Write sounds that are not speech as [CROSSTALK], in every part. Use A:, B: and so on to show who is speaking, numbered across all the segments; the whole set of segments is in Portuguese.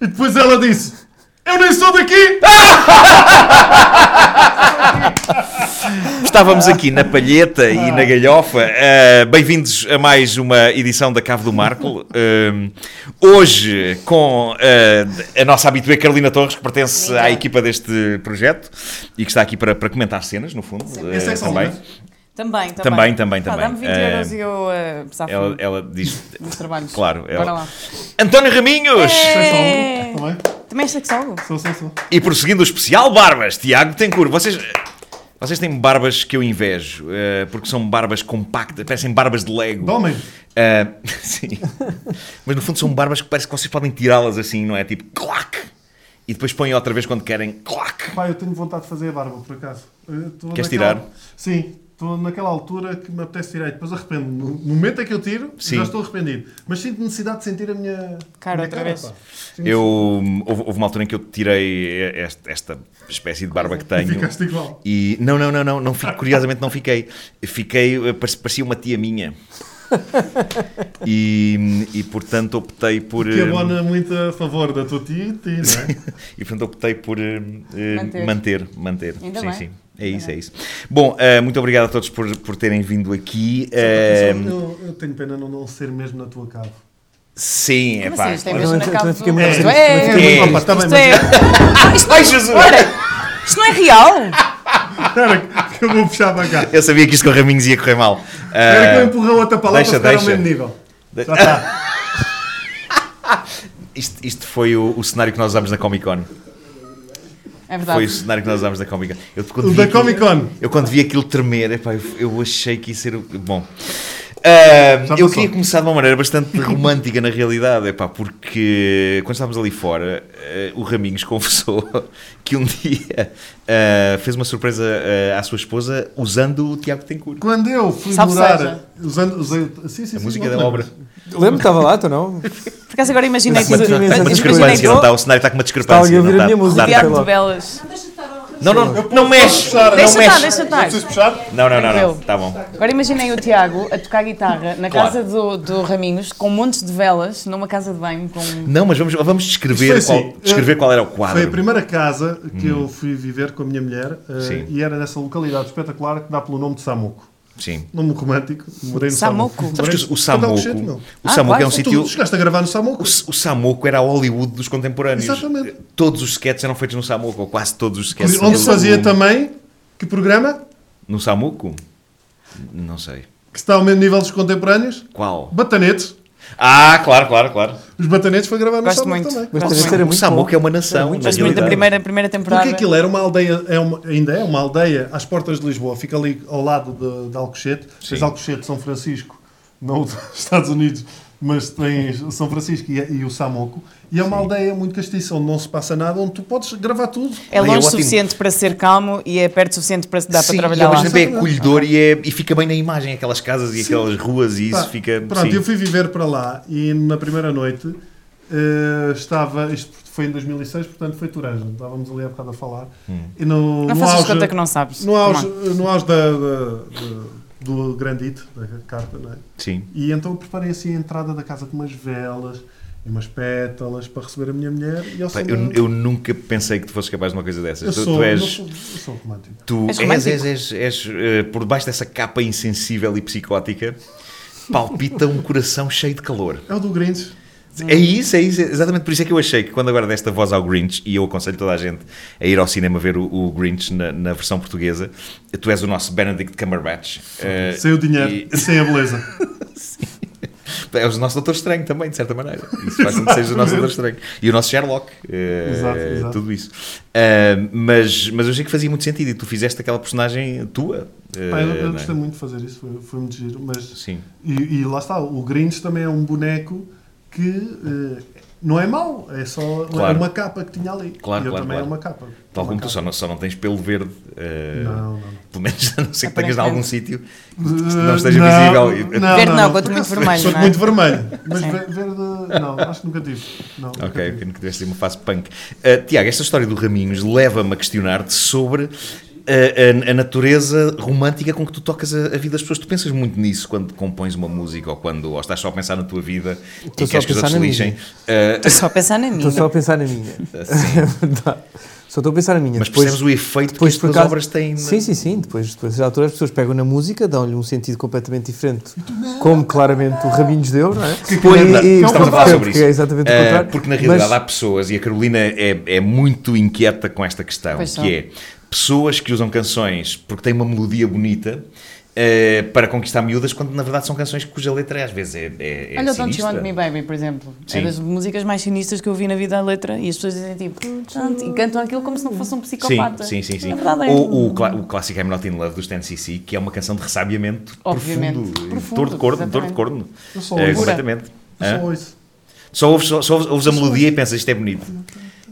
A: E depois ela disse: Eu nem sou daqui!
B: Estávamos aqui na palheta e
A: Ah.
B: na galhofa. Uh, Bem-vindos a mais uma edição da Cave do Marco. Uh, hoje com uh, a nossa habitué Carolina Torres, que pertence à equipa deste projeto e que está aqui para, para comentar cenas, no fundo. uh,
A: Esse é que são
B: também.
A: lindas.
C: Também, também.
B: Também, também,
C: Pá,
B: também.
C: Dá-me 20
B: Eh,
C: euros e eu eh, precisava
B: Ela, ela diz.
C: dos trabalhos.
B: Claro,
C: Bora
B: ela.
C: lá.
B: António Raminhos!
C: É.
A: Sou eu, Também?
C: Também és sexólogo?
A: Sou, sou, sou.
B: E prosseguindo o especial Barbas, Tiago Tencourt, vocês, vocês têm barbas que eu invejo, eh, porque são barbas compactas, parecem barbas de Lego.
A: De homem.
B: Eh, [LAUGHS] sim. Mas no fundo são barbas que parece que vocês podem tirá-las assim, não é? Tipo, clac! E depois põem outra vez quando querem, clac!
A: Pá, eu tenho vontade de fazer a barba, por acaso. Eu estou
B: Queres tirar?
A: Sim. Estou naquela altura que me apetece tirar e depois arrependo. No no momento em que eu tiro,
B: Sim.
A: já estou arrependido. Mas sinto necessidade de sentir a minha.
C: Cara,
A: a minha
C: outra vez.
A: pá. Sinto-
B: Eu, houve, houve uma altura em que eu tirei esta, esta espécie de barba que tenho.
A: Ficaste igual.
B: E não, não, não, não, não fi- curiosamente não fiquei. Fiquei, eh, parec- parecia uma
A: [LAUGHS]
B: tia minha. E, e portanto optei por.
A: Que é
B: eh,
A: abona muito a favor da tua tia e de ti, não é?
B: [LAUGHS] E portanto optei por eh, eh,
C: Manter.
B: manter. manter.
C: Ainda
B: sim,
C: bem.
B: sim. É isso, é isso. Bom, eh, muito obrigado a todos por, por terem vindo aqui. Eh,
C: um-
A: Eu, eu tenho pena não, não ser mesmo na tua cave.
B: sim, é
C: Como
B: pá.
C: assim? Isto é
B: claro.
C: mesmo
D: Eu
C: na
D: também
C: casa
D: fiquei
C: do-
D: muito-
C: Isto
D: também
C: é...
D: fiquei
B: muito-
C: Isto
A: Opa, está bem,
C: é... [LAUGHS]
A: mas-
C: Isto
B: Ai, Jesus!
C: é- Isto não é real?
A: Espera, que eu vou puxar para cá.
B: Eu sabia que isto com raminhos ia correr mal.
A: Espera que eu
B: Eh,
A: empurrei outra palavra
B: deixa,
A: para ficar
B: deixa.
A: ao mesmo nível.
B: De-
A: Já tá.
B: [LAUGHS]
A: está.
B: isto, isto foi o, o cenário que nós usámos na Comic Con.
C: É
B: Foi o
C: verdade.
B: cenário que nós usámos na Comic Con. Eu, quando
A: O
B: vi
A: da
B: aquilo-
A: Comic Con.
B: Eu quando vi aquilo tremer, epá, eu, eu achei que ia ser o. Bom. Ah,
A: Já
B: eu
A: passou.
B: queria começar de uma maneira bastante romântica, na realidade, epá, porque quando estávamos ali fora, ah, o Raminhos [LAUGHS] confessou que um dia ah, fez uma surpresa ah, à sua esposa usando o Tiago Tencourt.
A: Quando eu fui
C: Salve
A: morar.
C: seja.
A: Usando, usei- sim, sim,
B: A
A: sim,
B: música é
A: não
B: da
A: lembro.
B: obra.
D: Lembro, estava lá, tu não?
C: Por acaso agora imaginei
D: Está
C: tudo.
D: com uma-
B: Uma
D: Mas
B: discrepância,
C: Imaginei
D: eu-
B: não está? O cenário está com uma discrepância.
D: alguém a
B: não
D: ouvir a
B: está?
D: minha música.
B: Está-
C: o Diário de
D: Sei lá.
C: Belas.
B: Não, não, não mexe! Não
C: Deixa
B: mexe!
C: estar, deixa estar.
A: puxar?
B: Não, não, não, não.
C: Tranquilo.
A: Tá
B: Está bom.
C: Agora imaginei o Tiago a tocar guitarra na
B: Claro.
C: casa do, do Raminhos com montes de velas numa casa de banho com...
B: Não, mas vamos, vamos descrever,
A: Isto foi assim,
B: qual, descrever
A: eu-
B: qual era o quadro. Hum.
A: Foi a primeira casa que eu fui viver com a minha mulher eh,
B: Sim.
A: e era nessa localidade espetacular que dá pelo nome de Samuco.
B: Sim.
A: Nome romântico, morei no
C: Samuco.
A: Samuco.
B: Sabes
A: Morei-
B: que o- o
A: Cada um
B: Samuco,
A: cheio, meu.
B: o Samuco
C: claro,
B: é um
C: tu-
B: sítio.
A: Tu chegaste a gravar no Samuco?
B: O, o Samuco era a Hollywood dos contemporâneos.
A: Exatamente.
B: Todos os sketches eram feitos no Samuco, ou quase todos os sketches.
A: Onde
B: Eu-
A: se fazia também, que programa?
B: No Samuco? Não sei.
A: Que está ao mesmo nível dos contemporâneos?
B: Qual?
A: Batanetes.
B: Ah, claro, claro, claro.
A: Os Batanetes foi gravar no
C: Gosto
A: Samuco
C: muito.
A: também.
D: Mas
C: Gosto
D: também
C: muito.
D: era
B: o
D: muito
B: Samuco
D: bom.
B: é uma nação.
D: muito
B: na
C: Mas muito a
B: realidade.
C: primeira, a primeira temporada.
A: Porque aquilo era uma aldeia, é uma- ainda é uma aldeia às portas de Lisboa, fica ali ao lado de, de Alcochete. Tens Alcochete, São Francisco, não dos [LAUGHS] Estados Unidos, mas tens São Francisco e, e o Samoco. E é uma aldeia muito castiça, onde não se passa nada, onde tu podes gravar tudo.
B: Ai,
C: É
B: é
C: longe o
B: ótimo.
C: suficiente para ser calmo e é perto o suficiente para se dar
B: Sim,
C: para
B: e
C: trabalhar
B: ao
C: lá.
B: mesmo tempo é acolhedor e, é- e fica bem na imagem, aquelas casas e
A: Sim.
B: aquelas ruas e isso
A: Pá,
B: fica.
A: Pronto,
B: sim.
A: eu fui viver para lá e na primeira noite eh, estava. Isto foi em 2006, portanto foi Turanja. Estávamos ali há bocado a falar.
B: Hum.
A: E no,
C: Não
A: no
C: faças
A: auge-
C: conta que não sabes.
A: No auge,
C: Come on.
A: no auge da, da- da- do grandito, da carta, não é?
B: Sim.
A: E então eu preparei assim a entrada da casa com umas velas e umas pétalas para receber a minha mulher e ao
B: Pá,
A: som
B: eu,
A: da-
B: eu nunca pensei que tu fosses capaz de uma coisa dessas.
A: Eu
B: tu,
A: sou,
B: tu
A: eu
B: és.
A: sou, eu sou romântico.
B: Tu
C: És
B: és,
C: romântico.
B: és, és, és, eh, por debaixo dessa capa insensível e psicótica, palpita um coração cheio de calor.
A: É o do Grinch.
B: É isso, é isso. é Exatamente por isso é que eu achei que quando agora desta voz ao Grinch, e eu aconselho toda a gente a ir ao cinema ver o, o Grinch na, na versão portuguesa, tu és o nosso Benedict Cumberbatch. Eh,
A: Sem o dinheiro
B: e-
A: e [LAUGHS] sem a
B: [LAUGHS]
A: beleza.
B: é o nosso Doutor Estranho também, de certa maneira. Isso faz com que seja o nosso Doutor Estranho. E o nosso Sherlock. eh,
A: Exato, exato.
B: Tudo isso. Eh, mas, mas eu achei que fazia muito sentido e tu fizeste aquela personagem tua. eh,
A: Pá, eu, eu
B: não é?
A: gostei muito de fazer isso, foi, foi muito giro. Mas,
B: Sim.
A: e, e lá está, o Grinch também é um boneco que eh, não é mau, é só
B: Claro.
A: é uma capa que tinha ali.
B: Claro,
A: e eu
B: claro,
A: também
B: claro.
A: é uma capa.
B: Tal
A: Uma
B: como tu
A: capa.
B: só não, só não tens pelo verde. eh,
A: Não, não.
B: Pelo menos [LAUGHS] a não ser que tenhas em algum sítio que
A: Eh,
B: não esteja visível.
C: Verde não, quanto
A: por
C: muito
A: acaso,
C: vermelho,
A: sou
C: não é?
A: muito vermelho. Mas
C: Sim.
A: ver- verde, não, acho que nunca tive. Não, nunca
B: Ok,
A: tive.
B: Eh, que não tivesse uma fase punk. Ah, Tiago, esta história do Raminhos leva-me a questionar-te sobre a, a- a natureza romântica com que tu tocas a, a vida das pessoas. Tu pensas muito nisso quando compões uma música ou quando ou estás só a pensar na tua vida
D: Estou
B: e
D: só
B: queres
D: a
B: que os
D: pensar
B: outros
D: na
B: lixem. Eh,
C: Estou só a pensar na minha.
D: Estou só a pensar na minha. [LAUGHS] Tá. só estou a pensar na minha.
B: Mas
D: depois,
B: percebes o efeito que
D: depois
B: as
D: por
B: tuas
D: acaso-
B: obras têm. é? na-
D: Sim, sim, sim. Depois, depois a certa altura, as pessoas pegam na música, dão-lhe um sentido completamente diferente, como claramente o Rabinhos deu, não é?
B: Pois, verdade. estamos a falar
D: porque-
B: sobre isso.
D: porque É exatamente o
B: Ah,
D: contrário.
B: porque na realidade há
D: Mas,
B: pessoas, e a Carolina é, é muito inquieta com esta questão,
C: Pois são.
B: que é pessoas que usam canções porque têm uma melodia bonita eh, para conquistar miúdas, quando na verdade são canções cuja letra às vezes é, é, é
C: Olha o Don't You
B: sinistra.
C: Want Me Baby, por exemplo.
B: Sim.
C: É das músicas mais sinistras que eu vi na vida a letra e as pessoas dizem tipo, "Don't", e cantam aquilo como se não fosse um psicopata.
B: Sim, sim, sim. sim.
C: Na verdade é.
B: Ou o, clá- o clássico I'm Not In Love dos 10cc, que é uma canção de ressabiamento
C: Obviamente.
B: profundo.
C: Profundo,
B: Dor de corno, dor de
C: exatamente.
B: corno.
A: Eu só
B: Eh,
A: ouço.
B: completamente.
A: Eu
B: Hã?
A: só ouço.
B: Só ouves, só, só ouves- ouves a melodia e pensas, isto é bonito.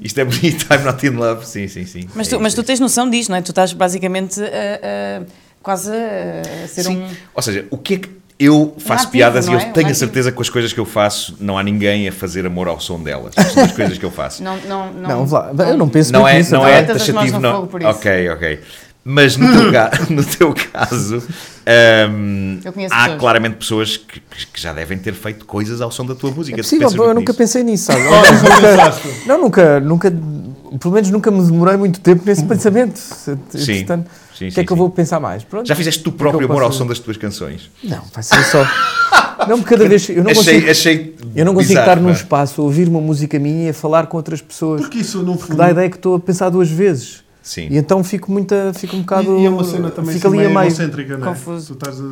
B: Isto é bonito, [LAUGHS] I'm not in love. Sim, sim, sim.
C: Mas,
B: É
C: tu,
B: isso,
C: mas tu
B: é
C: tens noção disto, não é? Tu estás basicamente a- a- quase a ser
B: isso. Sim.
C: um.
B: Ou seja, o que é que. Eu faço
C: ativo,
B: piadas e
C: não
B: eu
C: é? Um
B: tenho a
C: ativo.
B: certeza que com as coisas que eu faço não há ninguém a fazer amor ao som delas. São as coisas que eu faço.
C: Não, não, não.
D: não, vá, eu não penso
B: não
D: muito
B: é,
D: nisso.
B: não
D: até.
B: é
C: Todas as mãos
B: taxativo,
C: no
B: não.
C: fogo por isso.
B: Ok, ok. Mas no teu, ca- [LAUGHS] no teu caso, hum,
C: Eu conheço
B: há
C: pessoas.
B: claramente pessoas que, que- que já devem ter feito coisas ao som da tua música.
D: É
B: Tu
D: possível,
B: pensas
D: eu
B: muito nisso.
D: nunca
B: um
D: pensei nisso,
B: [LAUGHS]
D: sabe?
A: Nunca pensaste?
D: Não, nunca, nunca, pelo menos nunca me demorei muito tempo
B: [LAUGHS]
D: nesse pensamento. Se-
B: Sim,
D: Portanto,
B: sim,
D: o que
B: sim,
D: é que eu
B: sim.
D: vou pensar mais? Pronto.
B: Já fizeste tu
D: O que
B: próprio
D: é que eu
B: amor ao
D: posso
B: som das tuas canções?
D: Não, vai ser só. Não, porque cada vez. Eu não
B: achei,
D: consigo,
B: achei
D: eu não consigo
B: bizarro,
D: estar num
B: pá.
D: espaço, a ouvir uma música minha e a falar com outras pessoas.
A: Porque isso, no
D: que
A: fundo, é
D: dá a ideia um que estou a pensar duas vezes.
B: Sim.
D: E então fico, muita, fico um bocado.
A: e, e é uma cena também
D: fico
A: assim,
D: ali
A: meio
D: a meio.
A: egocêntrica, não é?
C: Confuso.
A: Tu estás a...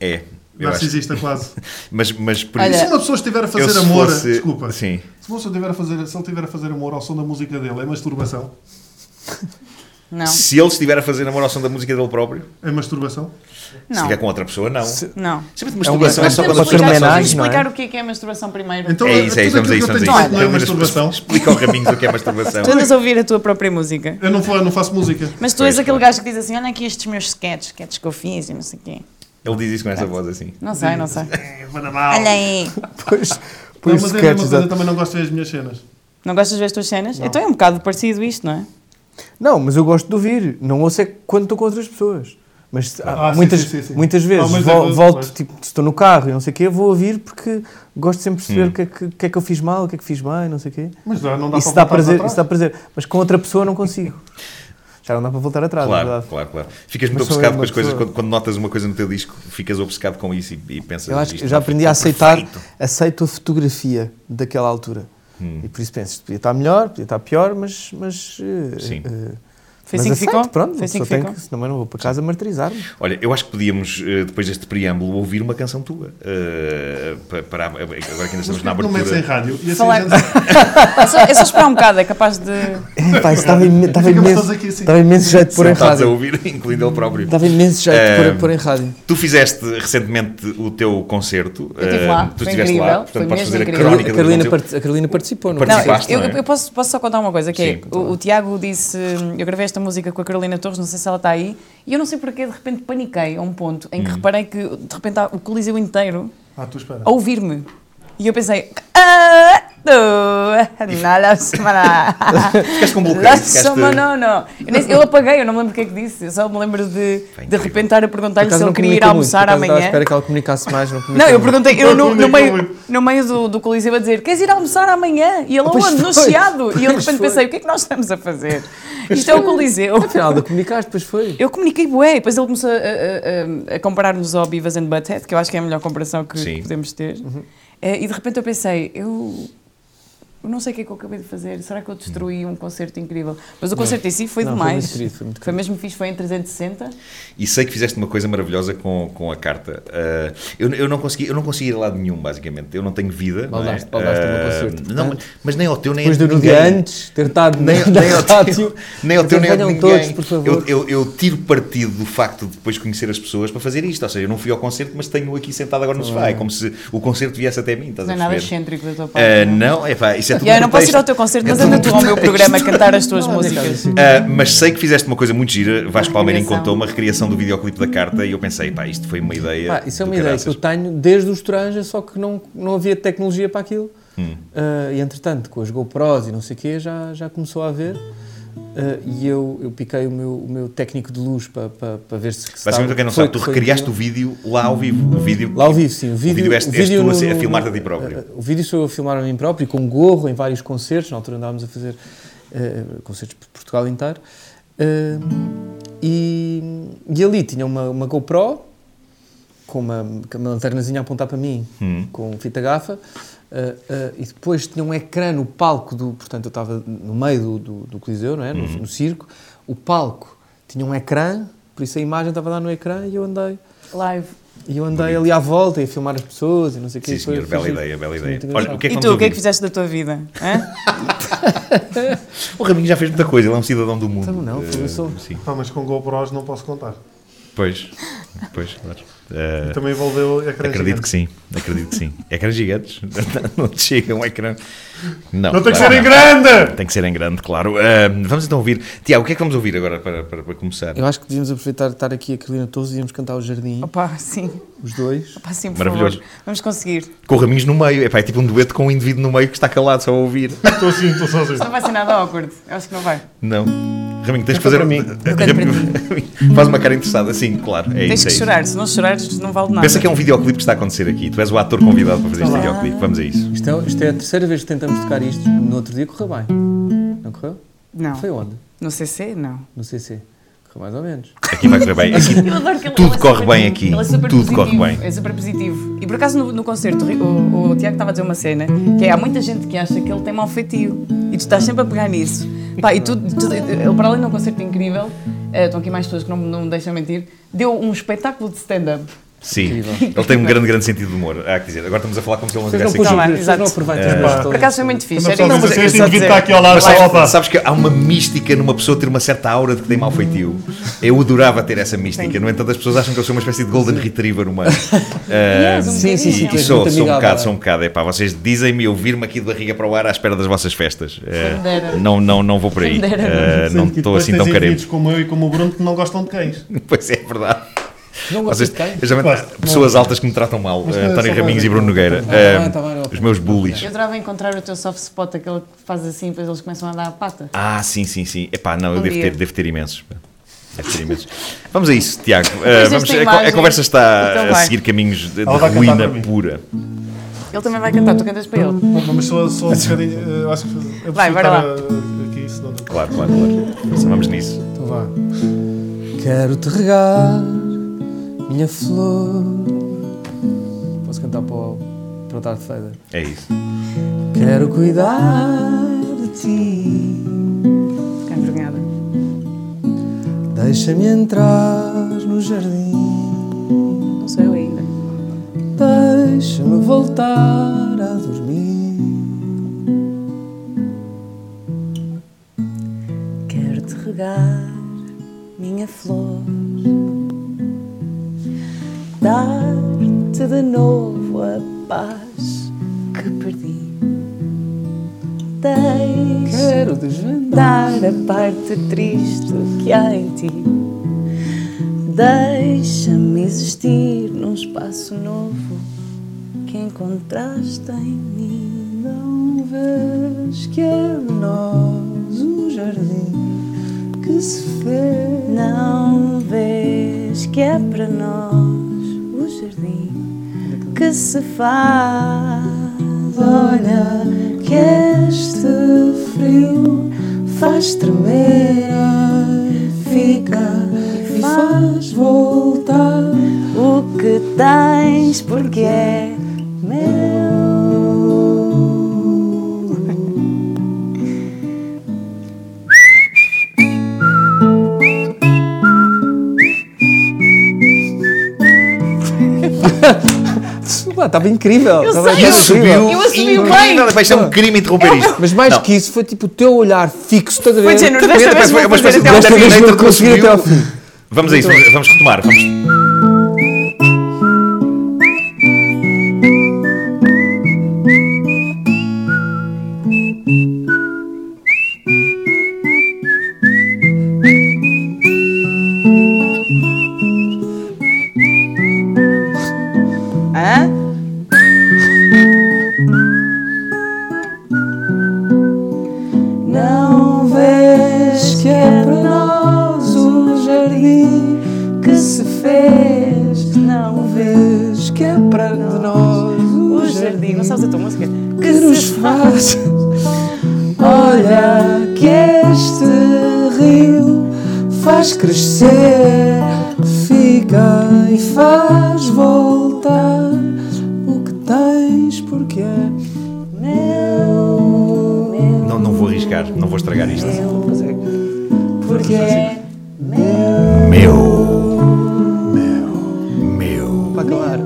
B: É. eu acho.
A: narcisista
B: [LAUGHS]
A: quase.
B: Mas, mas por
C: Olha,
A: Se
B: isso.
A: uma pessoa estiver a fazer
B: se
A: amor,
B: fosse-
A: desculpa,
B: Sim.
A: se uma pessoa estiver a fazer, se ele estiver a fazer amor ao som da música dele, é masturbação?
C: Não,
B: Se ele estiver a fazer amor ao som da música dele próprio,
A: É masturbação?
B: se
C: não.
B: estiver com outra pessoa, não.
C: não.
B: Sempre de masturbação é só quando as
D: Mas temos que
B: pessoas
D: explicar-
B: estão
D: homenagem,
B: sozinhas.
D: não é?
C: explicar o que é que é masturbação primeiro.
A: Então,
B: É isso, é isso,
A: tudo
B: vamos a
A: aquilo
B: isso,
A: que
B: vamos
A: eu
B: a
A: tenho
B: isso.
A: dito não é
B: Carolina,
A: masturbação.
B: Explica ao Raminhos o que é masturbação.
C: tu andas a ouvir a tua própria música.
A: Eu não, falo, não faço música.
C: Mas tu
B: Pois,
C: és aquele
B: claro.
C: gajo que diz assim: olha aqui estes meus sketches, sketches que eu fiz e não sei o quê.
B: Ele diz isso com essa voz assim.
C: Não sei, não sei.
A: É, manda
D: Ah.
A: mal.
C: Olha aí.
D: [LAUGHS] Pois,
A: Não,
D: pois
A: mas é a mesma
D: sketches,
A: coisa, eu
D: exato.
A: também não gosto de ver as minhas cenas.
C: Não gostas de ver as tuas cenas? Então é um bocado parecido isto, não é?
D: Não, mas eu gosto de ouvir. Não ouço é quando estou com outras pessoas. Mas se- há
A: Ah, sim,
D: muitas,
A: sim, sim, sim.
D: muitas vezes
A: Ah, mas é
D: vol-
A: quando-
D: volto,
A: mas-
D: tipo, se estou no carro e não sei o quê, vou ouvir porque gosto de sempre de perceber o que, é que, o que é que eu fiz mal, o que é que fiz bem, não sei o quê.
A: Mas já não dá
D: Isso
A: para
D: dá,
A: voltar
D: prazer,
A: atrás.
D: isso dá prazer. Mas com outra pessoa
C: [LAUGHS]
D: não consigo. Já não dá para voltar atrás, é
B: Claro,
D: verdade.
B: claro, claro. Ficas muito
D: Mas sou
B: obcecado
D: eu
B: com as
D: uma
B: coisas.
D: pessoa-
B: Quando, quando notas uma coisa no teu disco, ficas obcecado com isso e, e pensas.
D: Eu acho que
B: "Isto
D: já
B: não
D: aprendi
B: ficou
D: a aceitar,
B: perfeito." Hum.
D: aceito a fotografia daquela altura. E por isso penso, isto podia estar melhor, podia estar pior, mas. mas eh,
B: Sim.
D: eh,
C: Foi
D: mas
C: assim que
D: aceito,
C: ficou?
D: Pronto,
C: Foi assim
D: só
C: que
D: tenho
C: ficou?
D: que, senão eu não vou para
B: [LAUGHS]
D: casa martirizar-me.
B: Olha, eu acho que podíamos, eh, depois deste preâmbulo, ouvir uma canção tua. Eh, pa- para, a- agora que ainda
A: Mas
B: estamos na
A: porquê é que não metes em
B: abertura.
A: rádio? E assim
C: Falar-
A: a gente-
C: É só, é só esperar um bocado, é capaz de.
D: É, pá, isso dava imen- dava
A: Ficamos
D: imenso,
A: todos aqui assim.
D: dava imenso jeito de pôr em
B: Sentados a
D: rádio.
B: ouvir, [LAUGHS] incluindo ele próprio.
D: Dava imenso jeito de pôr-
B: tá Eh,
D: pôr em rádio.
B: Tu fizeste recentemente o teu concerto.
C: Eu estive
B: eh,
C: lá,
B: tu
C: foi
B: estiveste
C: incrível,
B: lá,
C: foi
B: portanto podes
C: mesmo
B: fazer a
C: incrível.
B: crónica
D: a,
B: do
D: Carolina
B: teu-
D: part- a Carolina participou, não é?
C: Não, eu,
B: Participaste,
C: eu-
B: não é?
C: eu posso, posso só contar uma coisa, que
B: Sim,
C: é, o, o Tiago disse, hum, eu gravei esta música com a Carolina Torres, não sei se ela está aí, e eu não sei porque de repente paniquei a um ponto
D: Hum.
C: em que reparei que de repente há o Coliseu inteiro
A: Ah, tu espera.
C: a ouvir-me. E eu pensei. "Ah, tu, [LAUGHS] na la semana."
D: [LAUGHS]
B: Ficaste com bloqueio.
C: La
B: ficaste-
C: semana, não. Eu, nem- eu apaguei, eu não me lembro o que é que disse. Eu só me lembro de
B: Foi
C: de
B: incrível.
C: repente estar a
D: Por
C: perguntar-lhe
D: acaso
C: se ele
D: não
C: queria ir
D: comunicou muito, por
C: almocar
D: acaso estava à
C: amanhã.
D: espera que ela comunicasse mais, não
C: Não,
D: comunicou
C: eu
D: muito.
C: perguntei, eu no, no
A: Comunicou
C: meio,
A: muito.
C: no meio do, do Coliseu a dizer: Queres ir almoçar amanhã? E ele
D: Pois
C: aonde? No
D: foi.
C: Chiado. E eu de
D: Pois
C: repente
D: foi.
C: pensei: O que é que nós estamos a fazer? Isto é o Coliseu.
D: Afinal, da comunicaste, depois foi.
C: Eu comuniquei bué, e depois ele começou a, a- a- a comparar-nos ao Beavis and Butthead, que eu acho que é a melhor comparação que,
B: Sim.
C: que podemos ter.
D: Uhum.
C: Eh, e de repente eu pensei, eu, eu não sei o que é que eu acabei de fazer, será que eu destruí um concerto incrível? Mas o concerto em si foi
D: Não, foi
C: demais.
D: muito querido, foi muito
C: Foi mesmo fixe, foi em 360.
B: E sei que fizeste uma coisa maravilhosa com, com a carta. Ah, eu, eu, não consegui, eu não consegui ir a lado nenhum, basicamente. Eu não tenho vida.
D: Baldaste-
B: não é?
D: baldaste o meu
B: Ah,
D: concerto,
B: não, mas,
D: portanto.
B: mas nem ao teu, nem
D: Depois
B: ao
D: do no dia antes, ter
B: [LAUGHS]
D: estado
B: Nem,
D: na-
B: nem,
D: na
B: ao
D: rádio.
B: teu, nem ao teu, nem ao de
D: Venham
B: ninguém.
D: todos, por favor.
B: Eu, eu, eu tiro partido do facto de depois conhecer as pessoas para fazer isto. Ou seja, eu não fui ao concerto, mas tenho aqui sentado agora no sofá. É como se o concerto viesse até mim. Estás
C: Não
B: a
C: é nada
B: perceber?
C: excêntrico da tua parte.
B: Ah,
C: não é?
B: não, é pá, isso é tudo.
C: E eu não posso ir
B: pretexto.
C: ao teu concerto,
B: É
C: mas
B: tudo
C: anda tu ao meu
B: pretexto.
C: programa a cantar as tuas músicas.
B: Ah, mas sei que fizeste uma coisa muito gira. Vasco Palmeirim
C: recriação.
B: contou uma recriação do videoclipe da carta e eu pensei, pá, isto foi uma ideia.
D: Pá, isso é
B: do
D: uma ideia que
B: caraças.
D: eu tenho desde os Toranja, só que não, não havia tecnologia
B: Hum.
D: para aquilo. Ah, e entretanto, com as GoPros e não sei o quê, já, já começou a haver. Ah, eh, e eu, eu piquei o meu, o meu técnico de luz para, para, para ver se. se
B: Basicamente,
D: estava-
B: para quem não
D: foi-
B: sabe, tu
D: foi
B: recriaste
D: aquilo.
B: o vídeo lá ao vivo. O vídeo,
D: Lá ao vivo, sim. O vídeo,
B: vídeo és-
D: o
B: és tu a
D: no-
B: ser- a
D: no-
B: filmar-te a ti próprio.
D: eh, O vídeo sou eu a filmar a mim próprio, com gorro, em vários concertos. Na altura andávamos a fazer eh, concertos por Portugal inteiro. Eh, e, e ali tinha uma, uma GoPro, com uma, com uma lanternazinha a apontar para mim, com fita gafa. eh, eh, e depois tinha um ecrã no palco do. Portanto, eu estava no meio do, do, do Coliseu, não é? No, no circo. O palco tinha um ecrã, por isso a imagem estava lá no ecrã e eu andei.
C: Live.
D: E eu andei ali à volta e a filmar as pessoas e não sei o quê.
B: Sim,
D: Foi-
B: senhor,
D: foi
B: bela
D: giro.
B: ideia, bela
D: Foi
B: ideia.
D: muito
B: Olha, o que é que
C: e
B: vamos
C: tu, o que é que
B: ouvir?
C: fizeste da tua vida?
B: [LAUGHS]
C: Hã?
B: O Rabinho já fez muita coisa, ele é um cidadão do mundo.
D: Então não, foi-
B: Eh,
D: eu sou-
B: Sim,
A: Pá, Ah, mas com GoPros não posso contar.
B: pois, pois, claro. Eh,
D: Então,
A: Também envolveu ecrã
B: Acredito que sim, acredito que sim. Ecrãs gigantes? [LAUGHS] Não te chega um ecrã. Não,
A: Não tem que ser em
B: claramente.
A: grande!
B: Tem que ser em grande, claro. Ah, vamos então ouvir. Tiago, o que é que vamos ouvir agora para, para, para começar?
D: Eu acho que devíamos aproveitar de estar aqui a Carolina Todos e íamos cantar o Jardim,
C: Opa, sim.
D: Ah, os dois.
C: Opa, sim, por
B: Maravilhoso.
C: favor. Vamos conseguir.
B: Com o Raminhos no meio. Epá, é tipo um dueto com um indivíduo no meio que está calado só a ouvir.
A: Estou assim, estou sozinho.
C: Isso não vai ser nada awkward. Eu acho que não vai.
B: Não. [LAUGHS] Raminho, tens que
C: É
A: Canta
B: fazer.
A: para mim.
C: Canta para
B: [LAUGHS] Faz uma cara interessada, sim, claro. É
C: Tens
B: isso,
C: que
B: é isso.
C: chorar. Se não chorares, não vale nada.
B: Pensa que é um videoclipe que está a acontecer aqui. Tu és o ator convidado para fazer este videoclipe. Vamos a isso.
D: Isto é, isto é a terceira vez que tentamos tocar isto. No outro dia correu bem. Não correu?
C: Não.
D: Foi onde?
C: No CC, não.
D: No CC. Correu mais ou menos.
B: Aqui vai correr
C: [LAUGHS]
B: bem. Aqui
C: Eu adoro que ele-
B: Tudo
C: ele é
B: corre
C: super-
B: bem aqui.
C: ele é super
B: Tudo corre
C: positivo,
B: bem.
C: É super positivo. E por acaso no, no concerto o, o- o Tiago estava a dizer uma cena que é há muita gente que acha que ele tem mau feitio e tu estás sempre a pegar nisso. Pá, e tu, tu- ele para além de um concerto incrível, eh, estão aqui mais pessoas que não, não me deixam mentir, deu um espetáculo de stand-up.
B: Sim,
D: Incrível.
B: ele tem um grande, grande sentido de humor, há que dizer. Agora estamos a falar como se ele não
D: Vocês não,
B: tivesse
D: puxam,
C: Tá bem,
D: vocês
C: exato.
D: não aproveitam
A: É.
D: os
A: Pá.
D: meus
C: Por acaso foi muito fixe.
A: Não, não,
C: Era isso
A: mas
C: que eu
A: este
C: estava a
A: indivíduo está
C: dizer.
A: aqui ao lado,
B: Mas
A: está
B: sabes,
A: opa.
B: sabes que há uma mística numa pessoa ter uma certa aura de que tem mau feitio. Eu adorava ter essa mística. No entanto, as pessoas acham que eu sou uma espécie de golden retriever humano. Ah,
C: um
D: Sim, sim, sim.
C: bocadinho.
D: tu
B: e
D: és
B: sou,
D: muito
B: sou um
D: amigável.
B: bocado, sou um bocado. Epá, vocês dizem-me eu vir-me aqui de barriga para o ar à espera das vossas festas. Ah,
C: Quem dera.
B: não, não, não vou por aí.
C: Quem dera.
B: Ah,
A: Sendo que
B: não estou
A: tipo, depois
B: assim
A: tens
B: tão carente.
A: indivíduos como eu e como o Bruno que não gostam de cães.
B: [LAUGHS] Pois é, é verdade.
D: Não gostas
B: Vocês,
D: de cães?
B: eu geralmente-
A: Gosto.
B: pessoas altas que me tratam mal.
A: Mas,
B: Ah,
A: mas,
B: António
A: só para
B: Raminhos
A: ver.
B: e Bruno Nogueira.
D: bem,
B: Ah,
D: tá bem, ok.
B: Os meus bullies.
C: Eu adorava encontrar o teu soft spot, aquele que faz assim, depois eles começam a dar a pata.
B: Ah, sim, sim, sim. Epá, não, eu
C: Bom
B: devo
C: dia.
B: ter, devo ter imensos. Devo ter imensos. Vamos a isso, Tiago. Uh,
C: desta
B: vamos- a, co- a
C: imagem.
B: conversa está
C: Então
B: a
C: vai.
B: seguir caminhos de, de
A: Ela vai cantar
B: ruína
A: para mim.
B: pura.
C: Ele também vai cantar, tu cantas para ele.
A: Mas sou, sou um bocadinho. eh, eu acho que. Eu
C: Vai,
A: prefiro
C: bora
A: estar,
C: lá.
A: eh, Aqui, senão não-
B: Claro, claro, claro. Então Vamos nisso.
D: Então vá. Quero te regar, minha flor. Posso cantar para o, para o Darth Vader?
B: É isso.
D: Quero cuidar de ti.
C: Fica envergonhada.
D: Deixa-me entrar no jardim.
C: Não sou eu ainda.
D: Deixa-me voltar a dormir.
C: Quero te regar, minha flor, dar-te de novo a paz que perdi. Deixa
D: Quero desvendar.
C: dar a parte triste que há em ti. Deixa-me existir num espaço novo que encontraste em mim.
D: Não vês que é de nós um jardim que se fez.
C: Não vês que é para nós o jardim que se faz? Olha que este frio faz tremer, fica e faz voltar o que tens porque é meu.
D: Pá, Estava incrível.
C: Eu
D: estava
C: sei, eu-
D: incrível.
C: eu assumi o
B: Incrível,
C: bem.
B: Vai ser um crime interromper isto.
D: Mas mais
B: Não.
D: que isso, foi tipo o teu olhar fixo, estás a ver?
C: Foi de género,
B: Também
C: desta vez
B: é uma
C: vou fazer
B: espécie de
C: até ao
D: Desta
C: fim.
D: vez
B: Terminator
D: não consegui
B: conseguiu.
D: até ao fim.
B: Vamos a isso, vamos, vamos retomar. Vamos...
C: Hã? Não vês que é fazer a tua música.
D: que nos faz. Olha que este rio faz crescer, fica e faz voltar o que tens, porque é meu.
B: Não, não vou arriscar, não vou estragar isto.
D: Porque é
B: Meu. Meu.
D: para acabar.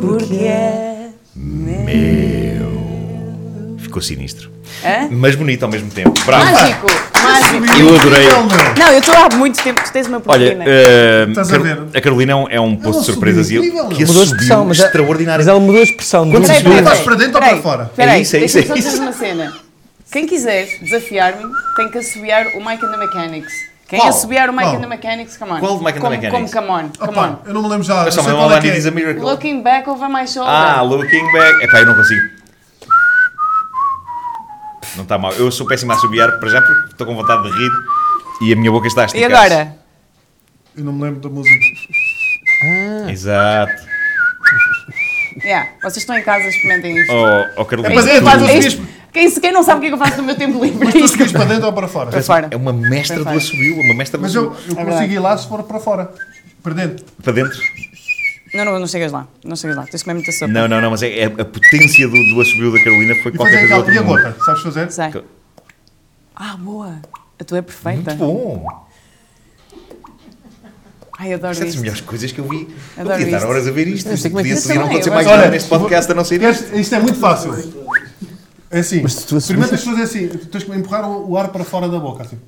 C: Porque é.
B: Meu. Ficou sinistro.
C: Hã?
B: Mas bonito ao mesmo tempo. Bravo.
C: Mágico! Mágico!
B: Eu adorei.
A: Incrível, meu.
C: Não, eu estou há muito tempo, tu tens uma
B: Olha,
C: platina.
B: eh,
A: Estás a
B: Car-
A: ver?
B: a Carolina é um, é um posto de
A: subiu
B: surpresas e eu-
A: incrível,
B: que
A: não.
D: Mudou de
B: subiu
D: expressão, mas,
B: extraordinário.
D: mas ela mudou a expressão. é-
B: Quando
D: Mudou-
B: se subiu-
A: Estás para dentro ou para fora?
B: É
C: Peraí,
B: isso, é isso,
C: deixa-me só
B: é isso.
C: dizer uma cena. Quem quiser desafiar-me, tem que assobiar o Mike and the Mechanics. Quem
B: Qual?
C: assobiar o Mike
A: Qual?
C: and the Mechanics, come on.
B: Qual do Mike and the
C: Como-
B: Mechanics?
C: Como, come on, come
A: Opa, eu não me lembro já.
B: Mas
A: não
B: só
A: sei
B: me
A: qual é que
B: Alani
A: é.
B: diz a
C: on.
B: miracle.
C: Looking back over my shoulder.
B: Ah, looking back. Epá, eu não consigo. Não está mal. Eu sou péssimo a assobiar para já porque estou com vontade de rir e a minha boca está a
C: e
B: esticar.
C: agora?
A: Eu não me lembro da [LAUGHS] música.
B: Exato.
C: Yeah, vocês estão em casa, experimentem isto.
B: Oh, oh Carolina.
A: Mas é,
B: tu-
A: faz o
C: É
A: mesmo.
C: isto- quem, quem não sabe o que é que eu faço no meu tempo livre?
A: Mas
C: é
A: tu
C: isto que
A: escolhes
C: eu-
A: para dentro ou para fora?
C: Para fora.
B: É uma mestra do
C: Para fora.
B: assobio, uma mestra do
A: Mas eu, eu
B: assobio.
A: consigo ir lá se for para fora. Para dentro.
B: Para dentro?
C: Não, não, não chegas lá. Não chegas lá. Tens que comer muita sopa.
B: Não, não, não, mas é, é a potência do, do assobio da Carolina foi
A: E
B: qualquer
A: fazer
B: coisa
A: aquela.
B: do outro
A: E a
B: mundo.
A: gota? Sabes fazer?
C: Sei.
B: Co-
C: Ah, boa. A tua é perfeita.
B: Bom,
C: Ai, eu adoro
B: isto é das
C: isto.
B: melhores coisas que eu vi. Eu
C: Adoro
B: podia estar
C: isto.
B: horas a ver isto.
D: Eu sei como é que
B: Podia
D: isso
B: seguir não
C: também,
B: acontecer
C: eu
B: mais
C: acho.
B: nada neste podcast a não ser isto.
A: Queres- Isto é muito fácil. É assim.
D: Mas se tu
A: Primeiro tens
D: assumes-
A: que fazer assim. tu Tens que empurrar o, o ar para fora da boca. Assim.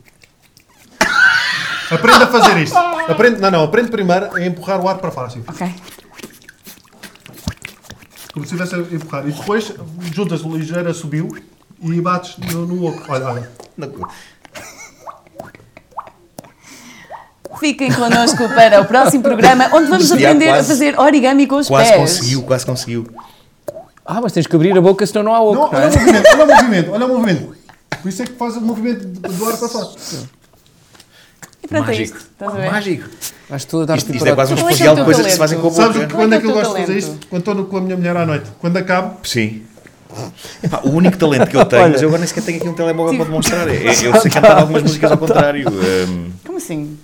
A: Aprende a fazer isto. Aprende, não, não. Aprende primeiro a empurrar o ar para fora. Assim.
C: Ok.
A: Como se estivesse a empurrar. E depois juntas o ligeiro, subiu e bates no, no oco. Olha, olha.
B: Não-
C: Fiquem connosco para o próximo programa, onde vamos
B: Já
C: aprender a
B: quase-
C: fazer origami com os
B: Quase
C: pés.
B: conseguiu, quase conseguiu.
D: Ah, mas tens que abrir a boca, senão não há oco.
A: Não,
D: Não, é?
A: olha o movimento, olha o movimento, olha o movimento. Por isso é que faz o movimento de- do ar para fora.
C: E pronto, é
B: Mágico.
C: isto. Estás a ver?
B: Mágico.
D: Acho que estou a dar
B: Isto, isto é quase um
C: Então, esse
B: especial
C: é o
B: de
C: teu
B: coisas que se fazem
C: talento.
B: com a
A: Sabes
B: boca.
A: quando é que eu
C: Qual é o
A: gosto de
C: teu
A: fazer
C: talento?
A: isto? Quando estou com a minha mulher à noite. Quando acabo,
B: Sim. Epá, o único talento que eu tenho, mas eu agora nem sequer tenho aqui um telemóvel para demonstrar. é- é- Eu sei cantar algumas músicas ao contrário. hum,
C: Como assim?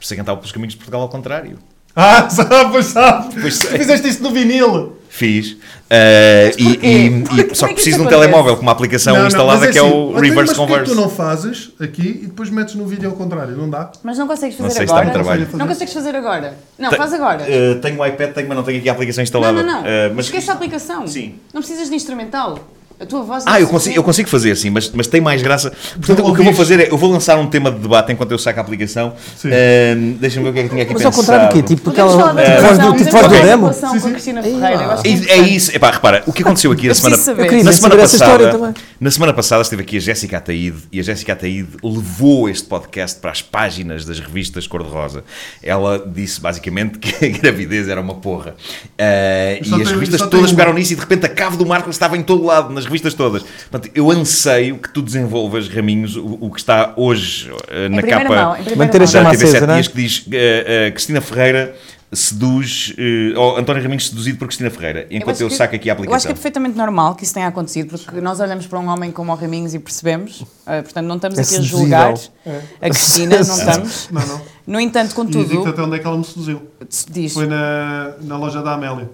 B: sei cantar pelos caminhos de Portugal ao contrário.
A: Ah, [LAUGHS] sabe, pois sabe.
B: Pois
A: tu
B: sei.
A: fizeste isso no vinil.
B: Fiz. Uh, e,
C: porquê?
B: e- e-
C: Porquê?
B: só
C: Como é que
B: que
C: isso
B: preciso de um
C: acontece?
B: telemóvel com uma aplicação instalada
A: mas
B: que é o
A: assim,
B: Reverse
A: mas porquê que
B: Converse.
A: tu não fazes aqui e depois metes no vídeo ao contrário? Não dá?
C: Mas não consegues
B: Não
C: fazer
B: sei, está
C: agora?
B: no trabalho.
C: Não consegues fazer agora? Não, faz agora.
B: Uh, tenho o iPad, tenho, mas não tenho aqui a aplicação
C: Não,
B: instalada.
C: não, não.
B: Uh, mas-
C: Esquece a aplicação.
B: Sim.
C: Não precisas de instrumental. A tua voz...
B: Ah, eu consigo, eu consigo fazer, sim, mas, mas tem mais graça. Portanto,
C: Então,
A: Não
B: o que eu vou
A: ouvires.
B: fazer é, eu vou lançar um tema de debate enquanto eu saco a aplicação.
A: Sim.
B: Uh, Deixa-me ver o que é que tinha aqui
D: Mas ao
B: pensado.
D: contrário do quê? Tipo
C: Podemos
D: aquela
C: falar da
D: a voz
C: relação,
D: do
C: podemos
D: tipo voz do
C: falar da
D: demo?
C: relação
A: Sim,
C: com a
A: sim.
C: Cristina Ferreira. Eu acho que
B: É, é isso. Epá, repara, o que aconteceu aqui a semana,
C: preciso saber. Eu
D: queria
B: na
D: imenso
B: semana
D: saber essa
B: passada.
D: história também.
B: Na semana passada esteve aqui a Jéssica Ataíde e a Jéssica Ataíde levou este podcast para as páginas das revistas Cor-de-Rosa. Ela disse basicamente que a gravidez era uma porra. Ah,
A: Só
B: e as
A: tem- um-
B: revistas
A: só tem
B: todas
A: uma.
B: pegaram nisso e de repente a cave do Marco estava em todo lado, nas revistas todas. Portanto, eu anseio que tu desenvolvas, Raminhos, o, o que está hoje ah, na
C: Em primeira
B: capa
C: mão, em primeira
D: Manter a
C: mão.
B: já
D: chama
B: teve
D: acesa,
B: sete
D: não é?
B: dias que diz eh, eh, Cristina Ferreira seduz, eh, ou António Raminhos seduzido por Cristina Ferreira, enquanto
C: acho
B: eu,
C: que-
B: saco aqui a
C: Eu acho que
B: aplicação.
C: é perfeitamente normal que isso tenha acontecido, porque nós olhamos para um homem como o Raminhos e percebemos, eh, portanto não estamos
D: É
C: aqui a julgar
D: seduzível.
C: a
D: [LAUGHS]
C: Cristina, não estamos.
A: Não, não.
C: No entanto,
A: E digo-te
C: contudo,
A: até onde é que ela me seduziu.
C: se diz,
A: Foi na, na loja da Amélia,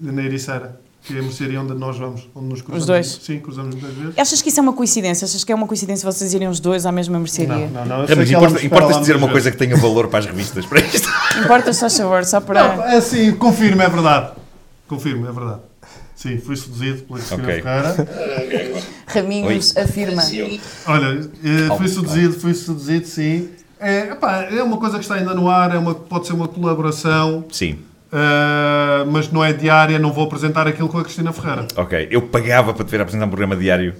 A: na Ericeira, que é a mercearia onde nós vamos, onde nos cruzamos.
C: dois?
A: Sim, cruzamos muitas vezes.
C: achas que isso é uma coincidência? Achas que é uma coincidência vocês irem os dois à mesma mercearia?
A: Não, não, não. eu sei
B: Raminhos,
A: que ela me espera
B: importa,
A: lá
B: importas
A: muitas
B: dizer uma
A: vezes.
B: coisa que tenha valor para as revistas, para isto?
C: Importa só favor, só
A: Não,
C: para...
A: é assim, confirmo, é verdade. Confirmo, é verdade. Sim, fui seduzido pela Cristina
B: Ok.
A: Ferreira.
C: Raminhos afirma.
A: Olha, eh, fui seduzido, fui seduzido, sim. É, epá, é uma coisa que está ainda no ar, é uma, pode ser uma colaboração,
B: Sim,
A: eh, mas não é diária, não vou apresentar aquilo com a Cristina Ferreira.
B: ok. Eu pagava para te ver apresentar um programa diário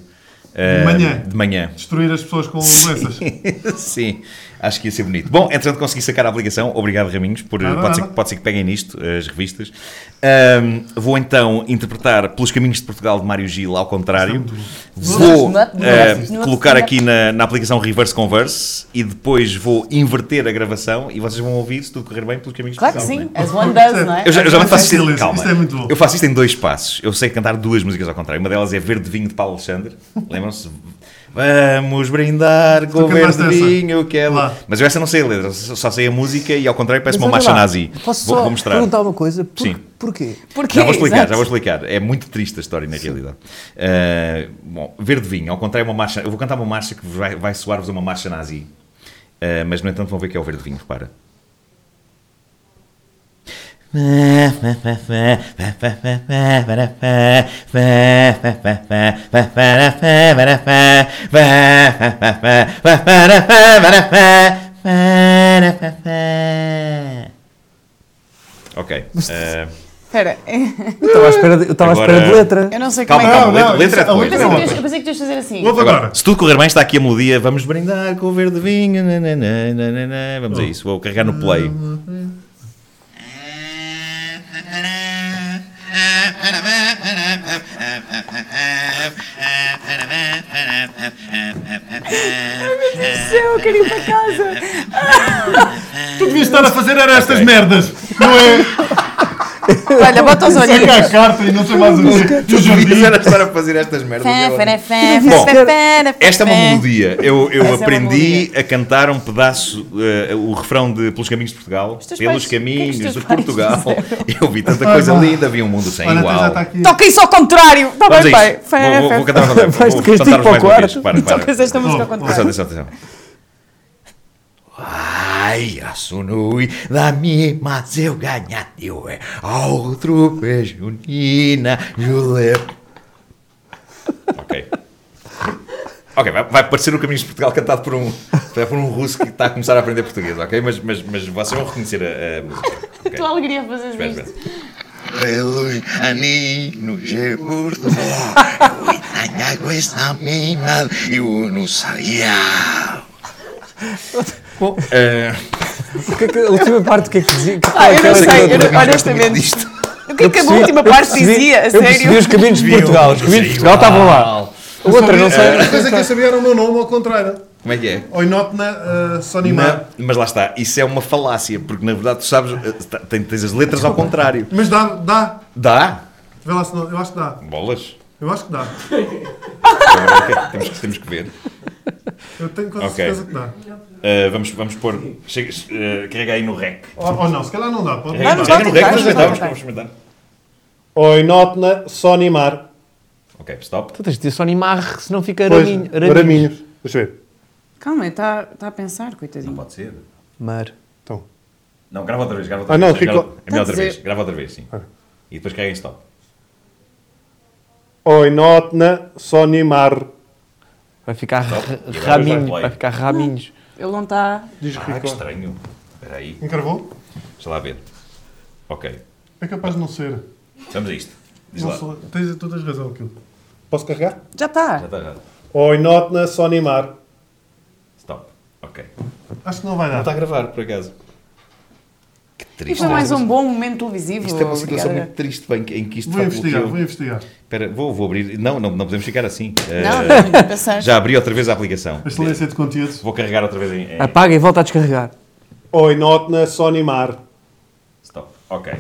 B: eh,
A: manhã.
B: De manhã.
A: Destruir as pessoas com doenças.
B: [LAUGHS] Sim, acho que ia ser bonito. Bom, entretanto consegui sacar a aplicação. Obrigado, Raminhos, por
A: Nada,
B: pode, Ser,
A: nada.
B: pode ser que peguem nisto, eh, as revistas. Ahm, vou então interpretar Pelos Caminhos de Portugal de Mário Gil ao contrário. Vou
C: Não, não,
B: eh,
C: não, não,
B: colocar
C: não.
B: aqui na, na aplicação Reverse Converse e depois vou inverter a gravação e vocês vão ouvir, se tudo correr bem, Pelos Caminhos de
C: Claro que
B: Portugal.
C: sim, as one
A: [LAUGHS]
C: does, não é?
B: Eu já, eu já não faço
A: Isto é
B: isto,
A: excelente,
B: calma.
A: isto é muito bom.
B: Eu faço isto em dois passos. Eu sei cantar duas músicas ao contrário. Uma delas é Verde Vinho de Paulo
A: [LAUGHS]
B: Alexandre. Lembram-se? Vamos brindar com o
A: cantaste
B: verde
A: essa?
B: vinho que é...
A: Lá.
B: Mas eu essa não sei a letra, só só sei a música e ao contrário parece
D: Mas
B: uma
D: olha
B: marcha
D: lá,
B: nazi.
D: Posso
B: Vou,
D: só
B: vou mostrar.
D: perguntar uma coisa? Por,
B: Sim.
D: Porquê?
C: Porquê?
B: Já vou explicar,
C: Exato.
B: já vou explicar. É muito triste a história na realidade. Uh, bom, verde vinho, ao contrário, é uma marcha. Eu vou cantar uma marcha que vai, vai soar-vos uma marcha nazi. Uh, mas no entanto vão ver que é o verde vinho,
C: [LAUGHS]
B: repara. Ok. uh,
C: Espera, [LAUGHS]
D: Eu estava à espera de, eu estava à
B: Agora-
D: espera de letra.
C: eu não sei como
B: Calma,
C: é que...
B: calma,
A: Não, não,
B: letra, letra é
A: isso- a
C: Eu
A: letra
B: depois.
A: é uma
C: pensei que tu ias-
A: coisa.
C: eu pensei que tu ias fazer assim.
A: Ouve
B: Agora,
A: agora.
B: se tudo correr bem, está aqui a melodia. Vamos brindar com o verde vinho. nananã, nananã. Vamos a isso, vou carregar no play.
C: Eu quero ir para casa.
A: Tu devias estar a fazer era estas merdas. Não é?
C: Olha, bota os olhinhos.
A: Saca a carta e não sei mais o que. E o jardim.
B: Era estar a fazer estas merdas. agora. Bom, Esta
C: Esta
B: é uma melodia. Eu, eu
C: Essa é uma
B: aprendi
C: melodia.
B: a cantar um pedaço, eh, o refrão de Pelos Caminhos de Portugal.
C: teus
B: Pelos
C: pais- o que é que os
B: Caminhos
C: teus
B: de
C: pais
B: Portugal.
C: fizeram?
B: Eu vi tanta coisa
A: Ah, vá.
B: linda, vi um mundo sem
A: Olha, até já
B: igual.
A: está aqui.
C: Toca isso ao contrário. Está
B: Vamos a
C: bem, pai.
B: isto. Vou, vou, vou cantar ao contrário.
D: Vais de
B: Vou
D: castigo
B: cantar-vos
D: para o
B: mais uma vez.
D: quarto.
B: Para, para.
C: Tocas esta música ao
A: Oh, oh.
B: Atenção,
C: contrário.
B: atenção, atenção. Ai, a sonui da mim, mas eu ganhateu é outro junina Julep. Ok. Ok, vai, vai parecer o Caminhos de Portugal cantado por um, por um russo que está a começar a aprender português, ok? Mas, mas, mas vocês vão reconhecer a, a música.
C: A tua alegria a fazer
B: Espera,
C: isto.
B: espera.
E: Pelos aninos de Portugal, Uitaña com esta mina e eu não sabia.
B: Eh,
D: O que é que- a última parte, o que é que dizia? Que-
C: Ah, eu não
D: aquela que-
C: sei. eu não-
B: gosto muito
C: Honestamente.
B: disto.
C: O que é que a
D: percebi-
C: última
D: eu
C: parte
D: percebi-
C: dizia? A
D: Eu percebi os
C: sério?
D: caminhos de
B: Viu? é
D: Portugal. Os caminhos de Portugal estavam lá. A outra, não
A: A única
D: sei.
A: coisa que eu sabia era o meu nome ao contrário.
B: Como é que é?
A: Oinopna uh,
B: Não,
A: Sonimar.
B: mas lá está, isso é uma falácia, porque na verdade tu sabes, eh, tá- tem- tens as letras ao contrário.
A: Mas dá, dá.
B: Dá?
A: Vê lá se não. Eu acho que dá.
B: Bolas?
A: Eu acho que dá.
B: Ok, temos, que, temos que ver.
A: Eu tenho quase
B: Ok.
A: certeza que dá.
B: Eh, vamos, vamos pôr. Chega, eh, carrega aí no rec.
A: Ou, ou não, se calhar não dá. Pode
C: Não, não
A: dar.
C: dá.
B: Carrega no rec,
C: tentar,
B: vamos
C: vamos
B: experimentar, vamos,
C: tentar.
B: vamos experimentar.
A: Oinopna Sonimar.
B: Ok, stop.
D: Tu tens de dizer só Nimar, senão fica
A: Pois,
D: Raminho. Raminho.
A: Araminhos. Deixa eu ver.
C: Calma, está tá a pensar, coitadinho.
B: Pode ser.
D: Mar.
A: Então.
B: Não, grava outra vez, grava outra
A: Ah,
B: vez.
A: não,
B: é melhor,
A: ficou- Ah.
B: é melhor outra
C: Tá a
B: vez,
C: dizer-
B: grava outra vez, sim. E depois carrega em stop.
A: Oinopna Sonimar.
D: Vai ficar ra-
B: E agora
D: Raminho.
B: vai play.
D: Vai ficar Raminhos.
C: Ele não tá, está.
A: Diz
B: Ah, que
A: Rico.
B: estranho. Espera aí,
A: Encarvou?
B: deixa lá ver. Ok,
A: É capaz de não ser.
B: vamos a isto. Diz
A: Não
B: lá.
A: sou. Tens, tu tens razão, aquilo. Posso carregar?
C: Já tá.
B: Já
C: está.
B: está, já.
A: Oinopna Sonimar.
B: Stop. Ok.
A: Acho que não vai dar.
B: a gravar, por acaso. Que triste.
C: Isto é mais um bom momento televisivo.
B: Isto é uma situação
C: obrigada.
B: muito triste bem, em que isto
A: Vou
B: faz
A: investigar,
B: bloqueio.
A: vou investigar.
B: Espera, vou, vou abrir. Não, não, não podemos ficar assim. Eh,
C: Não, não, não pensar.
B: já abri outra vez a aplicação.
A: A excelência de conteúdos.
B: Vou carregar outra vez em. em-
C: Ah.
D: Apaga e volta a
B: [LAUGHS]
D: descarregar.
A: Oinopna Sonimar.
B: Stop. Ok.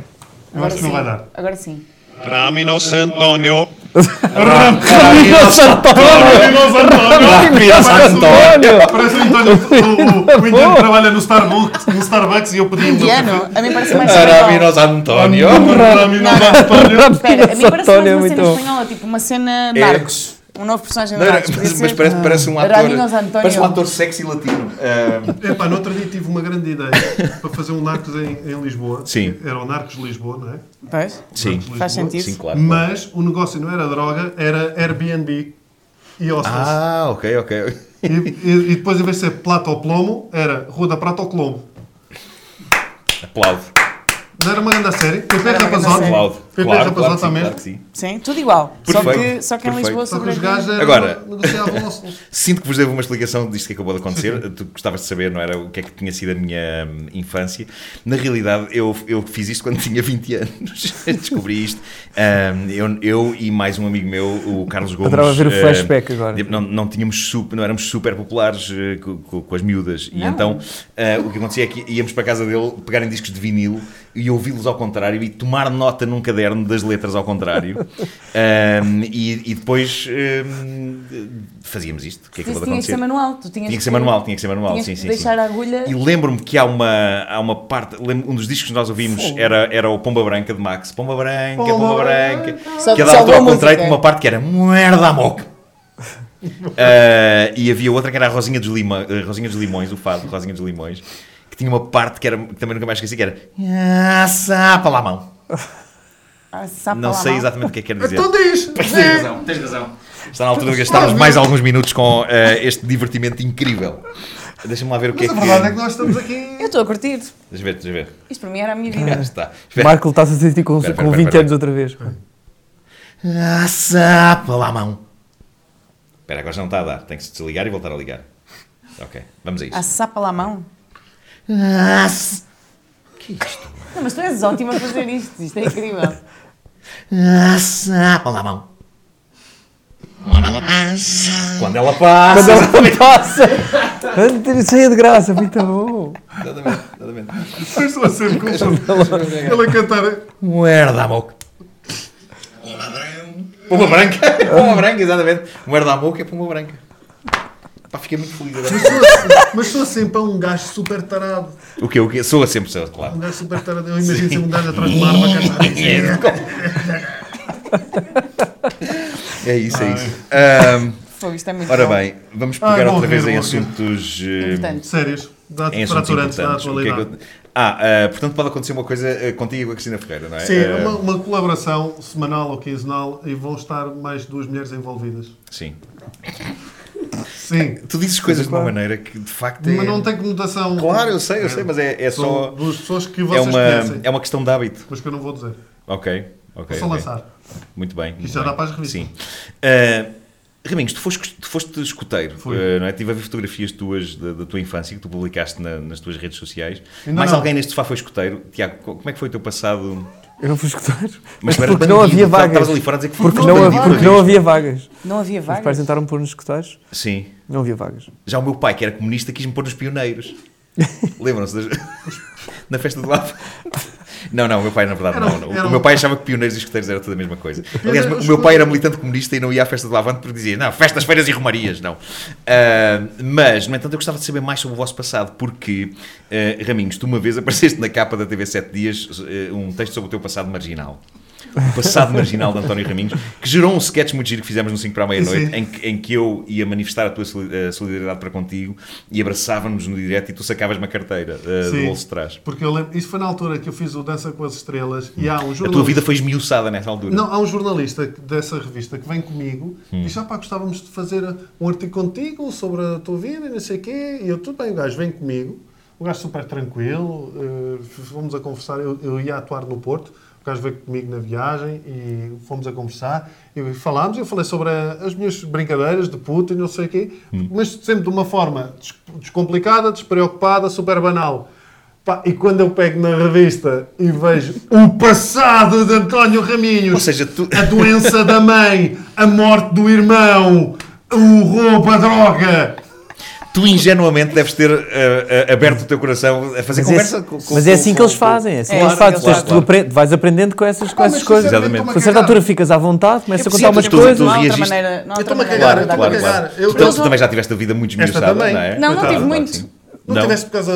A: Eu acho que não vai dar.
C: Agora sim.
E: Raminos Antonio,
D: Raminhos António! Raminhos António!
A: Parece o António. O, o, o Indiano trabalha no Starbucks, no Starbucks e eu pedi uma.
C: Indiano, a mim parece mais espanhol.
B: Araminos António.
D: Raminhos
C: Espera, a mim parece mais
D: António é
C: uma
D: muito
C: cena
D: bom.
C: espanhola, tipo uma cena
B: É.
C: Narcos. Um novo personagem de
B: Não, era-
C: Narcos. podia
B: mas, mas
C: ser. Ah.
B: parece, parece um ator.
C: Araminos é António.
B: Parece um ator sexy latino. Ah,
A: Epá, no outro dia tive uma grande ideia para fazer um Narcos em, em Lisboa.
B: Sim.
A: Era o Narcos de Lisboa, não é?
C: Pois,
B: sim.
C: faz sentido.
B: Sim, claro.
A: Mas o negócio não era droga, era Airbnb e hostels.
B: Ah, ok, ok.
A: E, e- e depois, em vez de ser Plata ou Plomo, era Rua da Prata ou Colombo.
B: Aplaudo.
A: Mas era uma grande série. Pepe
C: Era uma grande
A: Rapazote.
C: série.
B: Claro,
A: Pepe
B: claro, claro,
A: Rapazote
B: que sim,
A: também.
B: claro que sim.
C: Sim, tudo igual. Só
B: Perfeito,
C: que, só que é em
B: perfeito.
C: Lisboa
A: Só que os
C: sobrevive.
A: gajos eram-
B: Agora-
A: negociavam
B: [LAUGHS]
A: os- os-
B: Sinto que vos devo uma explicação disto que acabou de acontecer. tu gostavas de saber, não era? O que é que tinha sido a minha hum, infância. Na realidade, eu, eu fiz isto quando [LAUGHS] tinha 20 anos. Descobri isto. Hum, eu, eu e mais um amigo meu, o Carlos Gomes.
D: Adorava ver o
B: eh,
D: flashback agora.
B: Não, não tínhamos super, não éramos super populares eh, co- co- com, as miúdas. E
C: Não.
B: então eh, o que acontecia é que íamos para a casa dele pegarem discos de vinil e ouvi-los ao contrário e tomar nota num caderno das letras ao contrário.
C: [LAUGHS]
B: Ahm, e, e depois ahm, fazíamos isto. O que é que acabou de
C: Isso tinha que
B: acontecer?
C: ser manual. Tu tinhas
B: Tinha que ser manual, tinha que ser manual,
C: tinhas
B: sim,
C: que
B: sim.
C: deixar
B: sim.
C: a agulha.
B: E lembro-me que há uma, há uma parte, lembro- um dos discos que nós ouvimos era, era o Pomba Branca de Max. Pomba Branca, Pomba,
A: Pomba
B: Branca.
C: Só-
B: Que ele
C: só
B: alterou ao
C: uma
B: contrário
C: música.
B: uma parte que era Merda Amok. Ah, e havia outra que era a Rosinha dos, Lima, eh, Rosinha dos Limões, o fado Rosinha dos Limões, que tinha uma parte que, era, que também nunca mais esqueci, que era "Ah, Sapa lá mão.
C: Ah, sabe
B: Não
C: falar
B: sei
C: mal.
B: exatamente o que é que quer dizer.
A: Então diz!
B: Tens razão, tens razão. Está na altura de gastarmos mais alguns minutos com eh, este divertimento incrível. Deixa-me lá ver o que é
A: Mas
B: que.
A: a verdade é que nós estamos aqui.
C: Eu estou a curtir.
B: Deixa ver, deixa ver.
C: Isto para mim era a
B: [LAUGHS]
C: minha
B: Já
C: vida.
B: está.
D: Marco está-se a sentir com,
B: Espera,
D: com
B: espera,
D: 20
B: espera,
D: anos outra vez.
B: Ah, sapa lá mão. Espera, agora já não está a dar. Tem que se desligar e voltar a ligar. Ok, vamos a
C: A
B: isso.
C: sapa lá mão.
B: Ah, s-
C: Não, mas tu és ótima a fazer isto. Isto é incrível.
B: ah, sapa lá mão. Quando ela
D: Quando
B: passa.
D: ela passa! Antes saia é de graça, muito bom!
B: Exatamente, exatamente.
A: Eu estou a ser confuso. [LAUGHS] Ele a cantar.
B: Muerda amok. Puma branca. [LAUGHS] Puma branca, exatamente. Muerda amok é puma branca. Pá, fiquei muito feliz agora.
A: Sou assim- Mas sou sempre um gajo super tarado.
B: [LAUGHS] O que, o que? Soa sempre, soa, claro.
A: Um gajo super tarado. Eu imagino ser um gajo atrás de uma arma a
B: [LAUGHS]
A: cantar.
B: É isso, é isso. Ahm,
C: Fogo, isto é muito
B: ora
A: Então,
C: bom.
B: bem, vamos pegar
A: Ai, bom
B: outra vez
A: ouvir,
B: em
A: bom ouvir.
B: assuntos... eh,
C: Importante.
A: Sérias. Dá
B: Em
A: para
B: assuntos
A: aturantes da
B: importantes. O que é que
A: atualidade.
B: eu- Ah, ah, portanto pode acontecer uma coisa eh, contigo e com a Cristina Ferreira, não é?
A: Sim,
B: Ah,
A: é uma, uma colaboração semanal ou quinzenal e vão estar mais duas mulheres envolvidas.
B: sim.
A: Sim,
B: Tu dizes coisas de uma maneira que de facto é...
A: mas não tem conotação.
B: Claro, eu sei, eu sei, mas é, é
A: São
B: só...
A: duas pessoas que
B: É
A: vocês
B: uma,
A: conhecem,
B: é uma questão de hábito.
A: mas que eu não vou dizer.
B: Ok,
A: Vou
B: ok.
A: só
B: ok.
A: lançar.
B: Muito bem. muito
A: já
B: bem.
A: dá para as revistas.
B: Sim. Ah, Raminhos, tu foste, tu foste escuteiro,
A: Fui.
B: ah, não é? Tive a ver fotografias tuas da, da tua infância que tu publicaste na- nas tuas redes sociais.
A: Ainda
B: Mais
A: não.
B: alguém neste sofá foi escuteiro? Tiago, co- como é que foi o teu passado?
D: Eu não fui escutar.
B: Mas
D: Mas,
B: tu eras
D: porque não
B: bandido,
D: havia
B: tu estavas
D: vagas.
B: ali fora a dizer que
D: porque,
B: foste
D: não
B: bandido,
D: havia, porque
B: não
D: não
B: havia.
D: havia vagas.
C: Não havia
D: Os pais
C: vários.
D: tentaram pôr nos escutares,
B: Sim.
D: não havia vagas.
B: Já o meu pai, que era comunista, quis-me pôr nos
D: [LAUGHS]
B: pioneiros. Lembram-se das... [LAUGHS] na festa do lado? Não, não, o meu pai na verdade
D: um-
A: Era-
B: não. não.
A: era-
B: O meu pai achava que pioneiros e escuteiros era tudo a mesma coisa. Aliás,
A: Pioneiros-
B: o meu pai era militante comunista e não ia à festa do Avante porque dizia, não, festas, feiras e romarias, não. Ah, mas, no entanto, eu gostava de saber mais sobre o vosso passado, porque, ah, Raminhos, tu uma vez apareceste na capa da TV 7 Dias ah, um texto sobre o teu passado marginal. O passado marginal de António Raminhos, que gerou um sketch muito giro que fizemos no 5 para a meia-noite,
A: Sim.
B: em, que- em que eu ia manifestar a tua soli- a solidariedade para contigo e abraçávamos no direto e tu sacavas-me a carteira ah, do
A: Sim.
B: bolso de trás.
A: Porque eu lembro, isso foi na altura que eu fiz o Dança com as Estrelas e há um jornalista.
B: A tua vida foi esmiuçada nessa altura.
A: Não, há um jornalista que- dessa revista que vem comigo e diz: Ah, pá, gostávamos de fazer um artigo contigo sobre a tua vida e não sei o quê. E eu, tudo bem, o gajo vem comigo, o gajo super tranquilo, eh, fomos a conversar. Eu, eu ia atuar no Porto, o gajo veio comigo na viagem e fomos a conversar. E falámos, eu falei sobre a- as minhas brincadeiras de puto e não sei o quê, mas sempre de uma forma des- descomplicada, despreocupada, super banal. Pá, e quando eu pego na revista e vejo o passado de António Raminhos,
B: Ou seja, tu-
A: a doença da mãe, a morte do irmão, o roubo, a droga.
B: Tu ingenuamente deves ter ah, ah, aberto o teu coração a fazer
D: Mas,
B: conversa
D: é,
B: com, com-
D: mas é
B: com-
D: assim
B: com-
D: que eles fazem, é assim
C: É,
D: que eles
C: claro,
D: fazem.
B: claro,
D: tu
B: claro.
D: apre- vais aprendendo com essas, com
A: Ah,
D: essas
A: mas
D: coisas.
A: sinceramente,
B: Exatamente.
A: estou-me a
D: Com certa
A: cagar.
D: altura ficas à vontade, começas a
B: Sim,
D: contar umas
B: mas É tu-
D: coisas.
B: tu
C: Não há outra
B: reagiste-
C: maneira. não há
A: Eu
C: outra
A: estou-me a
C: maneira
A: cagar,
C: de
A: eu estou-me
C: lidar
A: a cagar.
B: Claro,
C: com
B: claro.
A: Eu-
B: Portanto,
A: eu
B: tu
A: sou-
B: também já tiveste a vida muito
A: Esta
B: esmiuçada, não
A: também.
B: é?
C: Não, não
B: Claro,
C: tive
B: claro
C: muito.
B: que sim.
A: Não,
B: Não.
A: tiveste por causa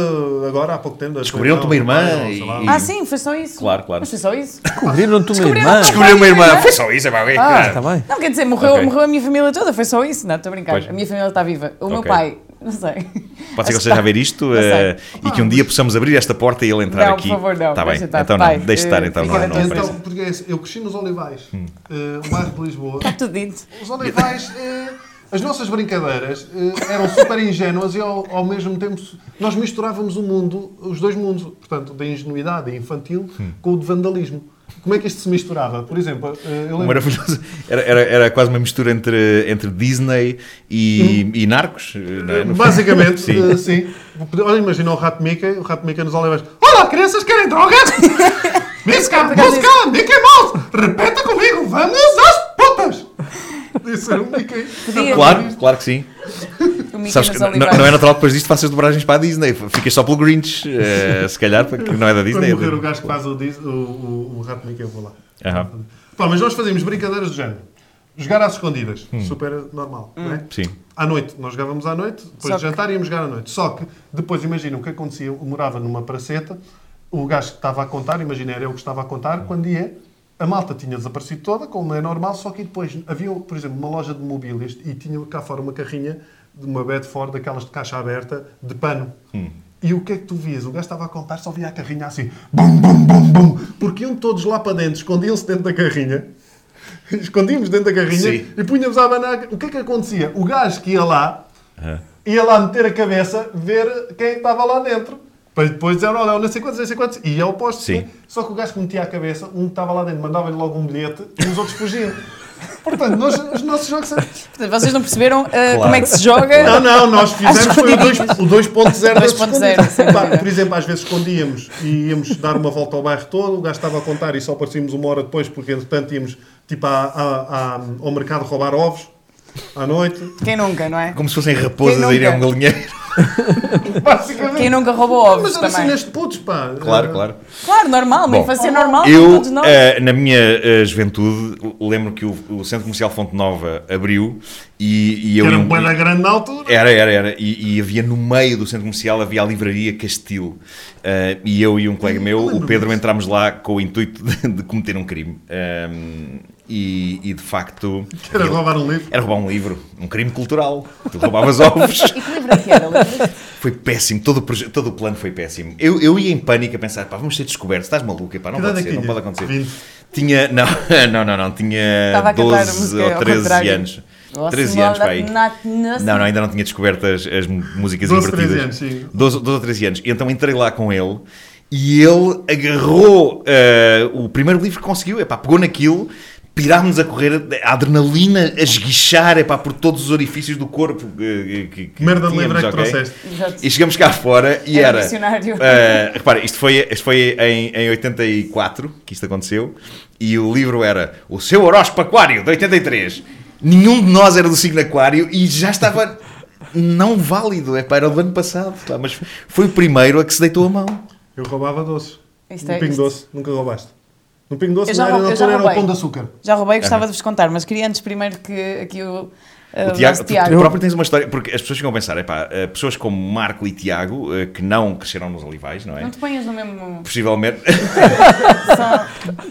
A: agora, há pouco tempo. da
B: Descobriram-te uma
A: televisão,
B: irmã
A: ou sei lá.
B: e-
C: Ah, sim, foi só isso.
B: Claro, claro.
C: Mas foi só isso.
D: Descobriram-te uma irmã.
B: Descobri uma irmã. Foi só isso, é pá. é,
D: Ah,
B: cara.
D: está bem.
C: Não, quer dizer, morreu,
B: Ok.
C: morreu a minha família toda, foi só isso. Não, estou a brincar.
B: Pois.
C: A minha família está viva. O meu
B: Ok.
C: pai, não sei.
B: Pode ser
C: [LAUGHS]
B: que ele
C: Acho
B: esteja
C: tá-
B: a ver isto
C: Não sei.
B: eh, e que um dia possamos abrir esta porta e ele entrar
C: Não, por
B: aqui.
C: favor, não.
B: Tá bem,
C: Deixa estar.
B: então
C: Pai,
B: não, deixe estar
C: eh,
B: então, não,
C: fica
B: não
C: atento.
B: apareça.
A: Então, porque é, esse- eu cresci nos Olivais, eh, o bairro de Lisboa.
C: Tudo dito.
A: Os Olivais é As nossas brincadeiras eh, eram super ingênuas e ao, ao mesmo tempo su- nós misturávamos o mundo, os dois mundos, portanto, da ingenuidade infantil
B: Hum.
A: com o de vandalismo. Como é que isto se misturava? Por exemplo, eh, eu lembro.
B: [LAUGHS] Maravilhoso. Era, era, era quase uma mistura entre, entre Disney e,
C: Uhum.
B: e Narcos. não é? No fundo.
A: Basicamente,
B: Sim.
A: eh, sim. Olha, imagina o Rato Mickey, o Rato Mickey nos olha e diz, Olá, crianças, querem droga? Música, música, Mickey Mouse! Repeta comigo, vamos às putas! Isso era o Mickey.
C: Podia.
B: Claro, claro que sim.
C: O Mickey
B: Sabes que
C: nos
B: não,
C: Olivais.
B: não é natural que depois disto faças dobragens para a Disney. Ficas só pelo Grinch, eh, se calhar, porque não é da
A: Quando
B: Disney.
A: morrer o gajo que faz o, dis- o, o, o Rato Mickey, eu vou lá.
B: Aham.
A: Pá, mas nós fazíamos brincadeiras do género. Jogar às escondidas,
B: Hum.
A: super normal, não é?
B: Sim.
A: À noite, nós jogávamos à noite, depois
C: Só
A: de
C: que-
A: jantar íamos jogar à noite. Só que, depois, imagina o que acontecia, eu morava numa praceta, o gajo que estava a contar, imagina, era eu que estava a contar, quando ia, a malta tinha desaparecido toda, como é normal, só que depois havia, por exemplo, uma loja de mobílias e tinha cá fora uma carrinha de uma Bedford, daquelas de caixa aberta, de pano. E o que é que tu vias? O gajo estava a contar, só via a carrinha assim, bum, bum, bum, bum, porque iam todos lá para dentro, escondiam-se dentro da carrinha, [LAUGHS] escondíamos dentro da carrinha
B: Sim.
A: e punhamos a abanar. O que é que acontecia? O gajo que ia lá, ia lá meter a cabeça, ver quem estava lá dentro. Para depois dizer, olha, não sei quantos, não sei quantos. E ia ao posto.
B: Sim.
A: né? Só que o gajo que metia a cabeça, um que estava lá dentro, mandava-lhe logo um bilhete e os outros fugiam. [LAUGHS] Portanto, nós, os nossos jogos... eram-
C: Portanto, Vocês não perceberam ah, como é que se joga?
A: Não, não, nós fizemos foi o dois-
C: escondidas.
A: o 2.0 das
C: 2.0,
A: escondidas.
C: sem
A: Pá,
C: dúvida.
A: Por exemplo, às vezes escondíamos e íamos dar uma volta ao bairro todo, o gajo estava a contar e só aparecíamos uma hora depois, porque entretanto íamos tipo, à- à- à- ao mercado roubar ovos à noite.
C: Quem nunca, não é?
B: Como se fossem
C: Quem
B: raposas a
C: nunca?
B: irem a um galinheiro. [LAUGHS]
A: Basicamente.
C: Quem nunca roubou ovos
A: Mas era
C: também.
A: cenas de putos, pá.
B: Claro,
A: Era-
B: claro.
C: Claro, normal, uma
B: Bom,
C: infância normal,
B: Eu,
C: todos Oh, então nós.
B: eh, na minha eh, juventude, lembro que o, o Centro Comercial Fonte Nova abriu e, e eu...
A: Que era
B: e um-
A: um bué da grande na altura.
B: Era, era, era. E, e havia no meio do centro comercial havia a livraria Castil. Ah, e eu e um colega meu, o Pedro, entramos lá com o intuito de, de cometer um crime. Ah, e, e, de facto.
A: Era roubar um livro.
B: Era roubar um livro, um crime cultural. Tu roubavas ovos.
A: [LAUGHS]
C: E que livro é que era?
B: [LAUGHS]
C: Lembras?
B: Foi péssimo, todo o, proje- todo o plano foi péssimo. Eu, eu ia em pânico a pensar, pá, vamos ser descobertos, estás maluco, epá, não
A: Que
B: pode
A: idade
B: ser,
A: é que
B: não pode
A: tinha?
B: acontecer.
A: 20.
B: Tinha, [LAUGHS] não, não, não, não, tinha
C: Estava a cantar a
B: 12
C: música
B: ou
C: ao
B: 13
C: contrário.
B: anos.
C: Nossa,
B: 13
C: mal
B: anos,
C: da-
B: pai.
C: na- na-
B: Não, não, ainda não tinha descoberto as, as mú- músicas
A: 12, 13
B: invertidas.
A: anos, sim.
B: 12, 12 ou 13 anos. E então entrei lá com ele e ele agarrou eh, o primeiro livro que conseguiu, epá, pegou naquilo, pirámos a correr, a adrenalina a esguichar epá, por todos os orifícios do corpo. eh, que, que
A: Merda de
B: tínhamos,
A: livro é que
B: ok?
A: trouxeste.
C: Exato.
B: E chegamos cá fora e
C: Era
B: era.
C: um dicionário.
B: eh, repara, isto foi, isto foi em, em 84 que isto aconteceu e o livro era O Seu Horóscopo Aquário, de 83. Nenhum de nós era do signo Aquário e já estava não válido. É pá, era do ano passado. pá, mas foi o primeiro a que se deitou a mão.
A: Eu roubava doces.
C: Isto
A: no
C: é-
A: pingo
C: isto-
A: doce. Nunca roubaste. No pingo doce
C: Eu
A: não
C: já
A: era,
C: roubei-
A: na
C: eu já
A: altura, era o
C: roubei.
A: pão de açúcar.
C: Já roubei, gostava de vos contar, mas queria antes primeiro que aqui o, ah,
B: O
C: o
B: Tiago,
C: nosso
B: tu-
C: Tiago.
B: tu próprio tens uma história, porque as pessoas ficam a pensar, epá, eh, pessoas como Marco e Tiago, eh, que não cresceram nos olivais, não é?
C: Não te ponhas no mesmo.
B: Possivelmente,
C: só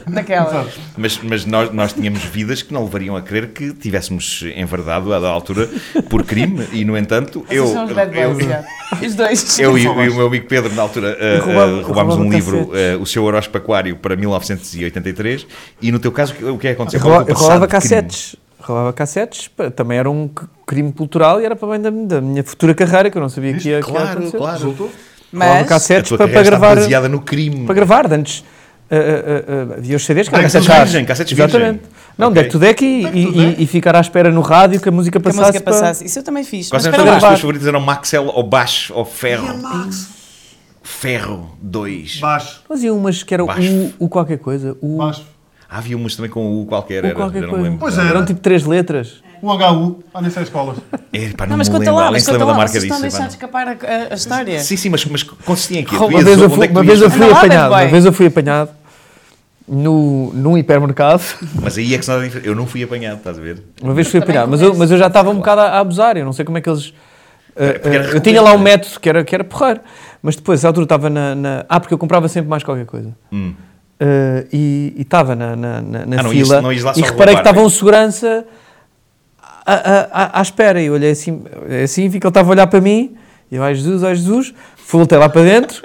C: naquela.
B: mas, mas nós, nós tínhamos vidas que não levariam a crer que tivéssemos enverdado a da altura por crime, e no entanto, eu,
C: Vocês são os bad
B: eu, [LAUGHS]
C: boys, já. Os dois.
B: eu e, e o meu amigo Pedro, na altura, eh, eh,
D: roubava-
B: roubámos
D: roubava
B: um livro,
D: cassetes.
B: eh, O Seu Horóscopo Aquário, para 1983, e no teu caso, o que- o que é que aconteceu?
D: Eu
B: Qual é o
D: roubava,
B: teu
D: eu roubava
B: passado de crime?
D: cassetes. Roubava cassetes, pá, também era um c- crime cultural e era para bem da, da minha futura carreira, que eu não sabia que ia, que ia
B: Claro,
D: acontecer.
B: claro.
A: Resultou?
D: Roubava
C: Mas.
B: A
D: cassetes
B: tua
D: para, para
B: carreira está
D: gravar.
B: baseada no crime.
D: Para gravar, de antes. ah, ah, ah, ah, havia os CDs que eram
B: Decks
D: cassetes
B: virgem,
D: raros.
B: cassetes virgem.
D: Exatamente. Não,
B: Ok.
D: deck to deck e, e- e- e ficar à espera no rádio que a música
C: Que a
D: passasse.
C: música
D: para-
C: passasse. Isso eu também fiz.
B: Quais
C: Mas
B: eram
C: espera
B: as tuas
C: lá.
D: gravar.
B: favoritas? Eram Maxell ou Baixo ou Ferro? Ferro 2.
A: Baixo.
D: Mas e umas que eram
B: Baixo.
D: o, o qualquer coisa. O,
A: Baixo.
B: Ah, havia umas também com U qualquer,
D: o
B: era,
D: qualquer
B: eu não me
D: coisa.
B: lembro.
A: Pois
B: Não.
A: é.
D: eram tipo três letras.
A: O HU. Olha essas escolas.
B: É, pá, não,
C: Não, mas
B: me
C: conta
B: lembro.
C: lá,
B: Alguém
C: mas
B: se
C: conta
B: lembra da
C: lá.
B: marca
C: Vocês estão
B: disso?
C: a deixar
B: pá?
C: escapar a- a- a história.
B: Sim, sim, mas, mas consistia em quê? Tu
D: Uma
B: ias-
D: vez eu
B: onde
D: fui,
B: é que tu
D: uma
B: ias?
D: vez eu fui
C: Anda lá, bad
D: apanhado.
C: boy.
D: Uma vez eu fui apanhado no, num hipermercado.
B: Mas aí é que se nada diferente. Eu não fui apanhado, estás a ver?
D: Uma vez fui apanhado, mas eu, mas eu já estava um bocado a, a abusar, eu não sei como é que eles. eh,
B: porque era
D: eh, eu
B: recolher,
D: tinha lá um
B: né?
D: método que era, que era porreiro, mas depois, à altura, estava na, na- Ah, porque eu comprava sempre mais qualquer coisa. Eh, e e estava na, na, na, na
B: Hum. Ah, não ias-
D: fila
B: não ias lá só
D: e reparei
B: roubar,
D: que estava
B: né?
D: um segurança à, à, à- à espera. E eu olhei assim, olhei assim, vi que ele estava a olhar para mim, e eu, ai Jesus, ai Jesus, fui até lá para dentro,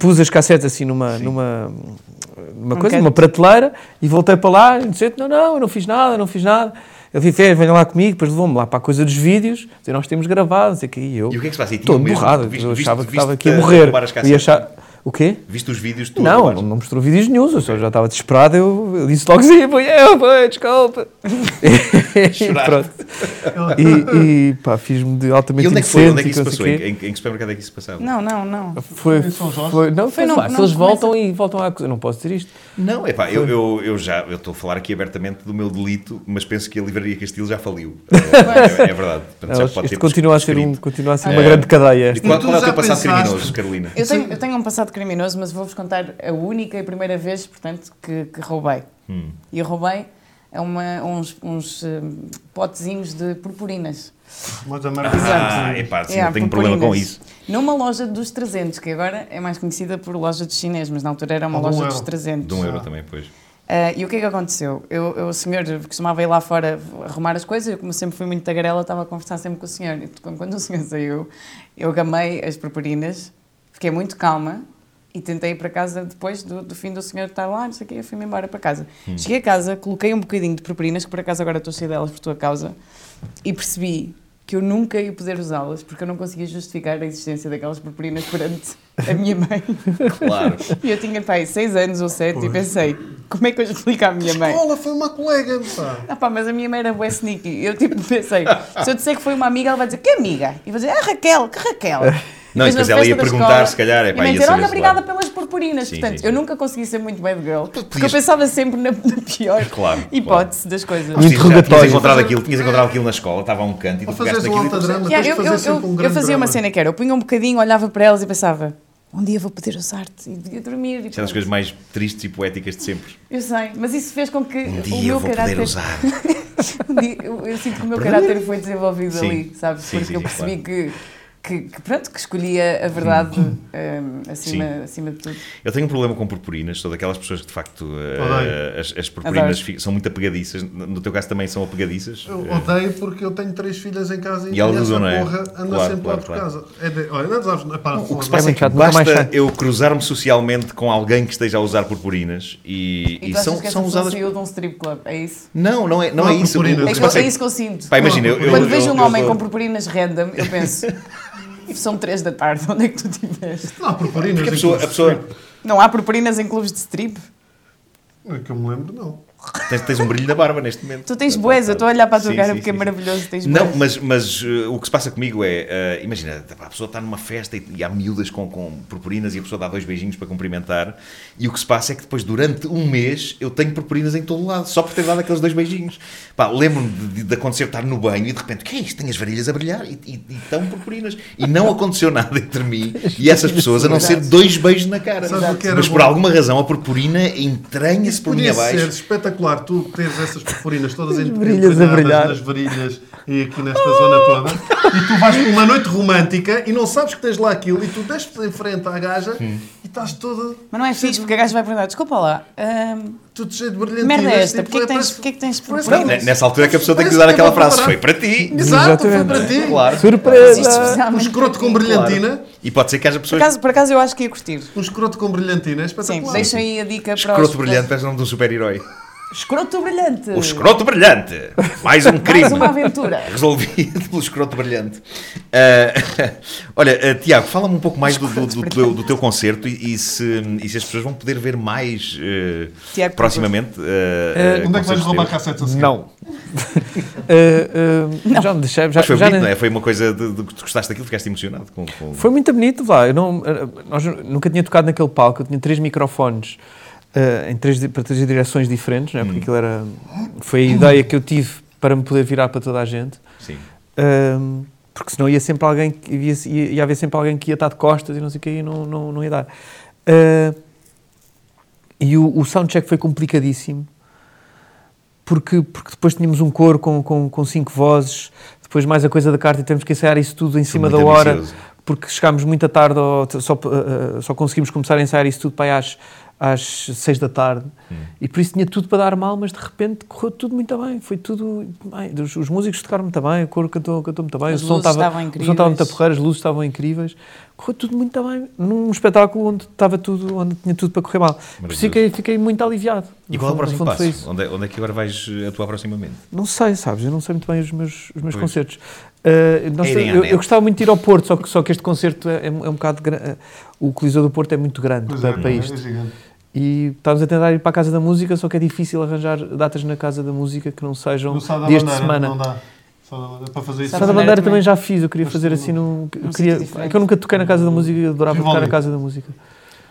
D: pus as cassetes assim numa, numa, numa coisa,
C: canto.
D: numa prateleira, e voltei para lá, e disse, não, não, eu não fiz nada, não fiz nada. Ele disse, "É, venham lá comigo, depois levou-me lá para a coisa dos vídeos, dizer, nós temos gravado, não sei o que, e eu...
B: E o que é que se passa? E tinha
D: Todo
B: mesmo?
D: borrado,
B: Viste-
D: eu
B: viste-
D: achava que
B: viste-te
D: estava aqui a
B: a
D: morrer.
B: roubar as
D: E
B: cassetes?
D: achar... O quê?
B: Viste os vídeos todos?
D: Não, ele não mostrou vídeos nenhum, eu só já estava desesperado, eu, eu disse logo sim, foi eu, foi,
B: [LAUGHS]
D: desculpa. [LAUGHS] E
B: Choraste.
D: pronto. E, e pá, fiz-me de
B: E
D: altamente
B: onde é que foi? Onde é que
D: inocente
B: isso
D: e não
B: passou?
D: sei
B: Em,
D: o quê.
B: em, em que supermercado é que isso passava?
C: Não, não, não.
D: Foi,
A: São Jorge?
D: foi, não, foi
C: Foi, não-
D: lá, se
C: não começa-
D: eles voltam e voltam à coisa, não posso dizer isto.
B: Não, é pá, eu, eu, eu já eu estou a falar aqui abertamente do meu delito, mas penso que a Livraria Castilho já
C: [LAUGHS]
B: faliu. é, é verdade. Portanto, já
D: Elas-
B: pode ter
D: isto continua a ser, um,
B: prescrito.
D: continua a
C: É.
D: ser uma grande cadeia.
B: E qual,
A: Tu
B: qual é o
A: já
B: teu passado
A: pensaste-
B: criminoso, Carolina?
C: Eu tenho, eu tenho um passado criminoso, mas vou-vos contar a única e primeira vez, portanto, que, que roubei.
B: Hum.
C: E eu roubei a uma- uns, uns hum, potezinhos de purpurinas.
A: Mas a Marta-
B: Ah, é pá, sim,
C: Yeah,
B: eu tenho
C: purpurinas.
B: problema com isso.
C: Numa loja dos 300, que agora é mais conhecida por loja dos chineses, mas na altura era uma
A: Ou de um
C: loja dos
A: euro.
C: 300.
B: De um euro também, pois.
C: Ah, e o que é que aconteceu? Eu, eu- o senhor costumava ir lá fora arrumar as coisas, eu como sempre fui muito tagarela, estava a conversar sempre com o senhor. E quando, quando o senhor saiu, eu gamei as purpurinas, fiquei muito calma e tentei ir para casa depois do, do fim do senhor estar lá, não sei o quê, eu fui-me embora para casa. Cheguei a casa, coloquei um bocadinho de purpurinas, que por acaso agora estou cheia delas por tua causa, e percebi que eu nunca ia poder usá-las porque eu não conseguia justificar a existência daquelas purpurinas perante a minha mãe.
B: Claro.
C: E eu tinha, pai, 6 anos ou 7 e pensei, como é que eu explico à minha mãe?
A: Olha, foi uma colega, pá.
C: Ah pá, mas a minha mãe era bué sneaky. Eu tipo pensei, se eu disser que foi uma amiga, ela vai dizer, que amiga? E vou dizer, ah Raquel, que Raquel.
B: Não, e
C: Depois
B: depois
C: na
B: ela
C: festa
B: ia
C: da
B: perguntar,
C: escola,
B: se calhar, é
C: e
B: pá,
C: vai
B: ia
C: dizer,
B: saber
C: olha,
B: se
C: obrigada
B: lá.
C: pelas purpurinas.
B: Sim,
C: Portanto,
B: sim,
C: eu
B: sim.
C: nunca consegui ser muito bad girl, porque eu
B: podias-
C: pensava sempre na, na pior
B: Claro,
C: hipótese das coisas.
D: Um interrogatório.
B: Tinhas encontrado aquilo, tinhas encontrado aquilo na escola, estava a um canto e tu
A: Ou fazes
B: pegaste
A: um
B: aquilo e
A: alta
B: tu
A: drama, tens
C: Yeah,
A: de
C: eu,
A: fazer
C: eu-
A: sempre
C: eu-
A: um
C: eu
A: grande
C: fazia uma
A: drama.
C: cena que era, eu punha um bocadinho, olhava para elas e pensava, um dia vou poder usar-te e podia dormir. E
B: Isso é das
C: pronto.
B: coisas mais tristes e poéticas de sempre.
C: Eu sei, mas isso fez com que
B: Um
C: o
B: dia
C: meu
B: eu vou poder
C: caráter
B: usar.
C: Um dia, eu, eu sinto que o meu caráter foi desenvolvido
B: Sim.
C: ali, sabes?
B: Sim,
C: Porque
B: sim, é
C: eu
B: sim,
C: percebi que, que, que, pronto, que escolhia a verdade hum,
B: Sim.
C: acima, acima de tudo.
B: Eu tenho um problema com purpurinas, sou daquelas pessoas que de facto eh,
A: Odeio.
B: as, as purpurinas
C: Adoro.
B: fi- são muito apegadiças, no teu caso também são apegadiças.
A: Eu
B: Eh,
A: odeio porque eu tenho três filhas em casa e,
B: E elas
A: essa
B: usam, não é?
A: porra anda
B: Claro,
A: sempre
B: claro,
A: lá por
B: claro.
A: casa. É de- olha, não sabes, é para
B: O que se
D: É
B: passa é
D: muito
B: que
D: chato, nunca mais
B: basta
D: chato.
B: eu cruzar-me socialmente com alguém que esteja a usar purpurinas e,
C: E,
B: e
C: tu achas
B: são,
C: que essa
B: são
C: pessoa
B: usadas.
C: saiu de um strip club, é isso?
B: Não, não é, não
A: Não há
B: é isso.
A: purpurina.
B: O
A: Mas
C: É,
B: que se
C: que eu-
B: passa
C: é
B: é
C: isso que eu sinto.
B: Pá, imagina, eu,
C: Quando
B: eu-
C: vejo um
B: eu-
C: homem
B: eu-
C: com purpurinas random, eu penso... São três da tarde, [LAUGHS] onde é que tu estiveste?
A: Não, purpurinas.
B: Porque a pessoa, a pessoa
C: [LAUGHS] Não há purpurinas em clubes de strip?
A: É que eu me lembro, não.
B: tens, tens um brilho na barba neste momento.
C: Tu tens boés, eu estou a olhar para a tua
B: É Sim,
C: cara
B: sim,
C: porque é
B: sim, sim.
C: maravilhoso, tens
B: Não,
C: boés.
B: mas, mas eh, o que se passa comigo é, eh, imagina, a pessoa está numa festa e, e há miúdas com, com purpurinas e a pessoa dá dois beijinhos para cumprimentar e o que se passa é que depois, durante um mês, eu tenho purpurinas em todo lado, só por ter dado aqueles dois beijinhos. Pá, lembro-me de, de acontecer estar no banho e de repente, o que é isto? Tenho as varilhas a brilhar e, e, e estão purpurinas. E não aconteceu nada entre mim e essas pessoas, a não ser dois beijos na cara.
A: Sabes o que era
B: Mas por
A: bom?
B: alguma razão a purpurina entranha-se por mim
A: Podia
B: abaixo.
A: ser espetacular tu teres essas purpurinas todas em
D: brilhas a brilhar.
A: nas varilhas e aqui nesta zona toda e tu vais para uma noite romântica e não sabes que tens lá aquilo e tu deixas em frente à gaja e estás toda
C: Mas não é fixe, porque a gajo vai perguntar, desculpa lá, hum,
A: tudo cheio de brilhantinas.
C: Merda é esta,
A: tipo,
C: porquê que tens-
A: parece-
C: porquê que tens
A: parece
C: purpurinas?
B: N- Nessa altura é que a pessoa tem
A: Parece
B: que usar
A: que
B: aquela
A: estava a
B: frase, foi para ti.
A: Exato, foi para
D: Exatamente.
A: ti.
B: Claro.
C: mas
B: é
C: isto
D: Surpresa!
A: Um
C: é especialmente
A: escroto com
C: ridículo.
A: brilhantina.
B: E pode ser que haja
C: Por
B: pessoas
C: acaso, por acaso eu acho que ia curtir.
A: Um escroto com brilhantina é
C: Sim,
A: espetacular.
C: deixa aí a dica para os...
B: Escroto brilhante, parece o nome de um super-herói.
C: Escroto brilhante.
D: Eh,
B: O escroto
D: [LAUGHS]
B: brilhante! Mais um crime!
C: Mais uma aventura.
B: Resolvido pelo escroto brilhante. Ah, [LAUGHS] olha, ah, Tiago, fala-me um pouco mais do, do- do teu, do teu concerto e, e se, e se as pessoas vão poder ver mais eh,
C: Tiago,
B: proximamente.
D: Eh,
A: Onde é que vais roubar cassetes a seguir?
D: Não. Eh, eh, Já me deixei. Já,
B: Mas foi
D: já
B: bonito, não
D: nem-
B: é? Foi uma coisa de, de que tu gostaste daquilo, ficaste emocionado com. com-
D: Foi muito bonito, vá. Eu não, eh, nós nunca tinha tocado naquele palco. Eu tinha três microfones eh, em três, di- para três direções diferentes, não é?
B: Hum.
D: porque aquilo era. Foi a ideia que eu tive para me poder virar para toda a gente.
B: Sim.
D: Ahm, porque senão ia sempre alguém que ia, ia, ia haver sempre alguém que ia estar de costas e não sei o que e não, não, não ia dar. Ah, e o, o soundcheck foi complicadíssimo porque, porque depois tínhamos um coro com, com, com cinco vozes, depois mais a coisa da carta e temos que ensaiar isso tudo em cima da
B: muito
D: hora
B: ambicioso.
D: porque chegámos muito à tarde, ao- só, eh, só conseguimos começar a ensaiar isso tudo para aí às, às seis da tarde.
B: Hum.
D: E por isso tinha tudo para dar mal, mas de repente correu tudo muito bem. Foi tudo. Bem, os, os músicos tocaram muito bem, o coro cantou, cantou muito bem,
C: As
D: o som
C: luzes
D: estava
C: estavam
D: o som estava muito a
C: incríveis.
D: porrer, as luzes estavam incríveis. correu tudo muito tá bem, num espetáculo onde estava tudo, onde tinha tudo para correr mal. Por isso
B: Maravilhoso.
D: fiquei, fiquei muito aliviado.
B: E
D: No
B: qual é o
D: fundo- no
B: próximo
D: fundo foi
B: passo? Onde é, onde é que agora vais eh, atuar proximamente?
D: Não sei, sabes? Eu não sei muito bem os meus, os meus
B: Pois.
D: concertos. Uh, não
B: É
D: sei,
B: irem à
D: eu,
B: net.
D: eu gostava muito de ir ao Porto, só que, só que este concerto é, é um é um bocado. gra- eh, O Coliseu do Porto é muito grande
A: Pois
D: para,
A: é,
D: para
A: é
D: isto.
A: gigante.
D: E estávamos a tentar ir para a Casa da Música, só que é difícil arranjar datas na Casa da Música que não sejam
A: No Sá da
D: dias de
A: Bandeira,
D: semana.
A: Não dá. Sá da Bandeira, para fazer isso.
D: Sá da
C: Bandeira
D: Bandeira
C: também.
D: também já fiz, eu queria
A: Mas
D: fazer
A: não-
D: assim num.
C: num
D: queria-
C: sítio diferente.
D: é que eu nunca toquei na Casa da Música e eu adorava tocar na
A: Vivaldi.
D: Casa da Música.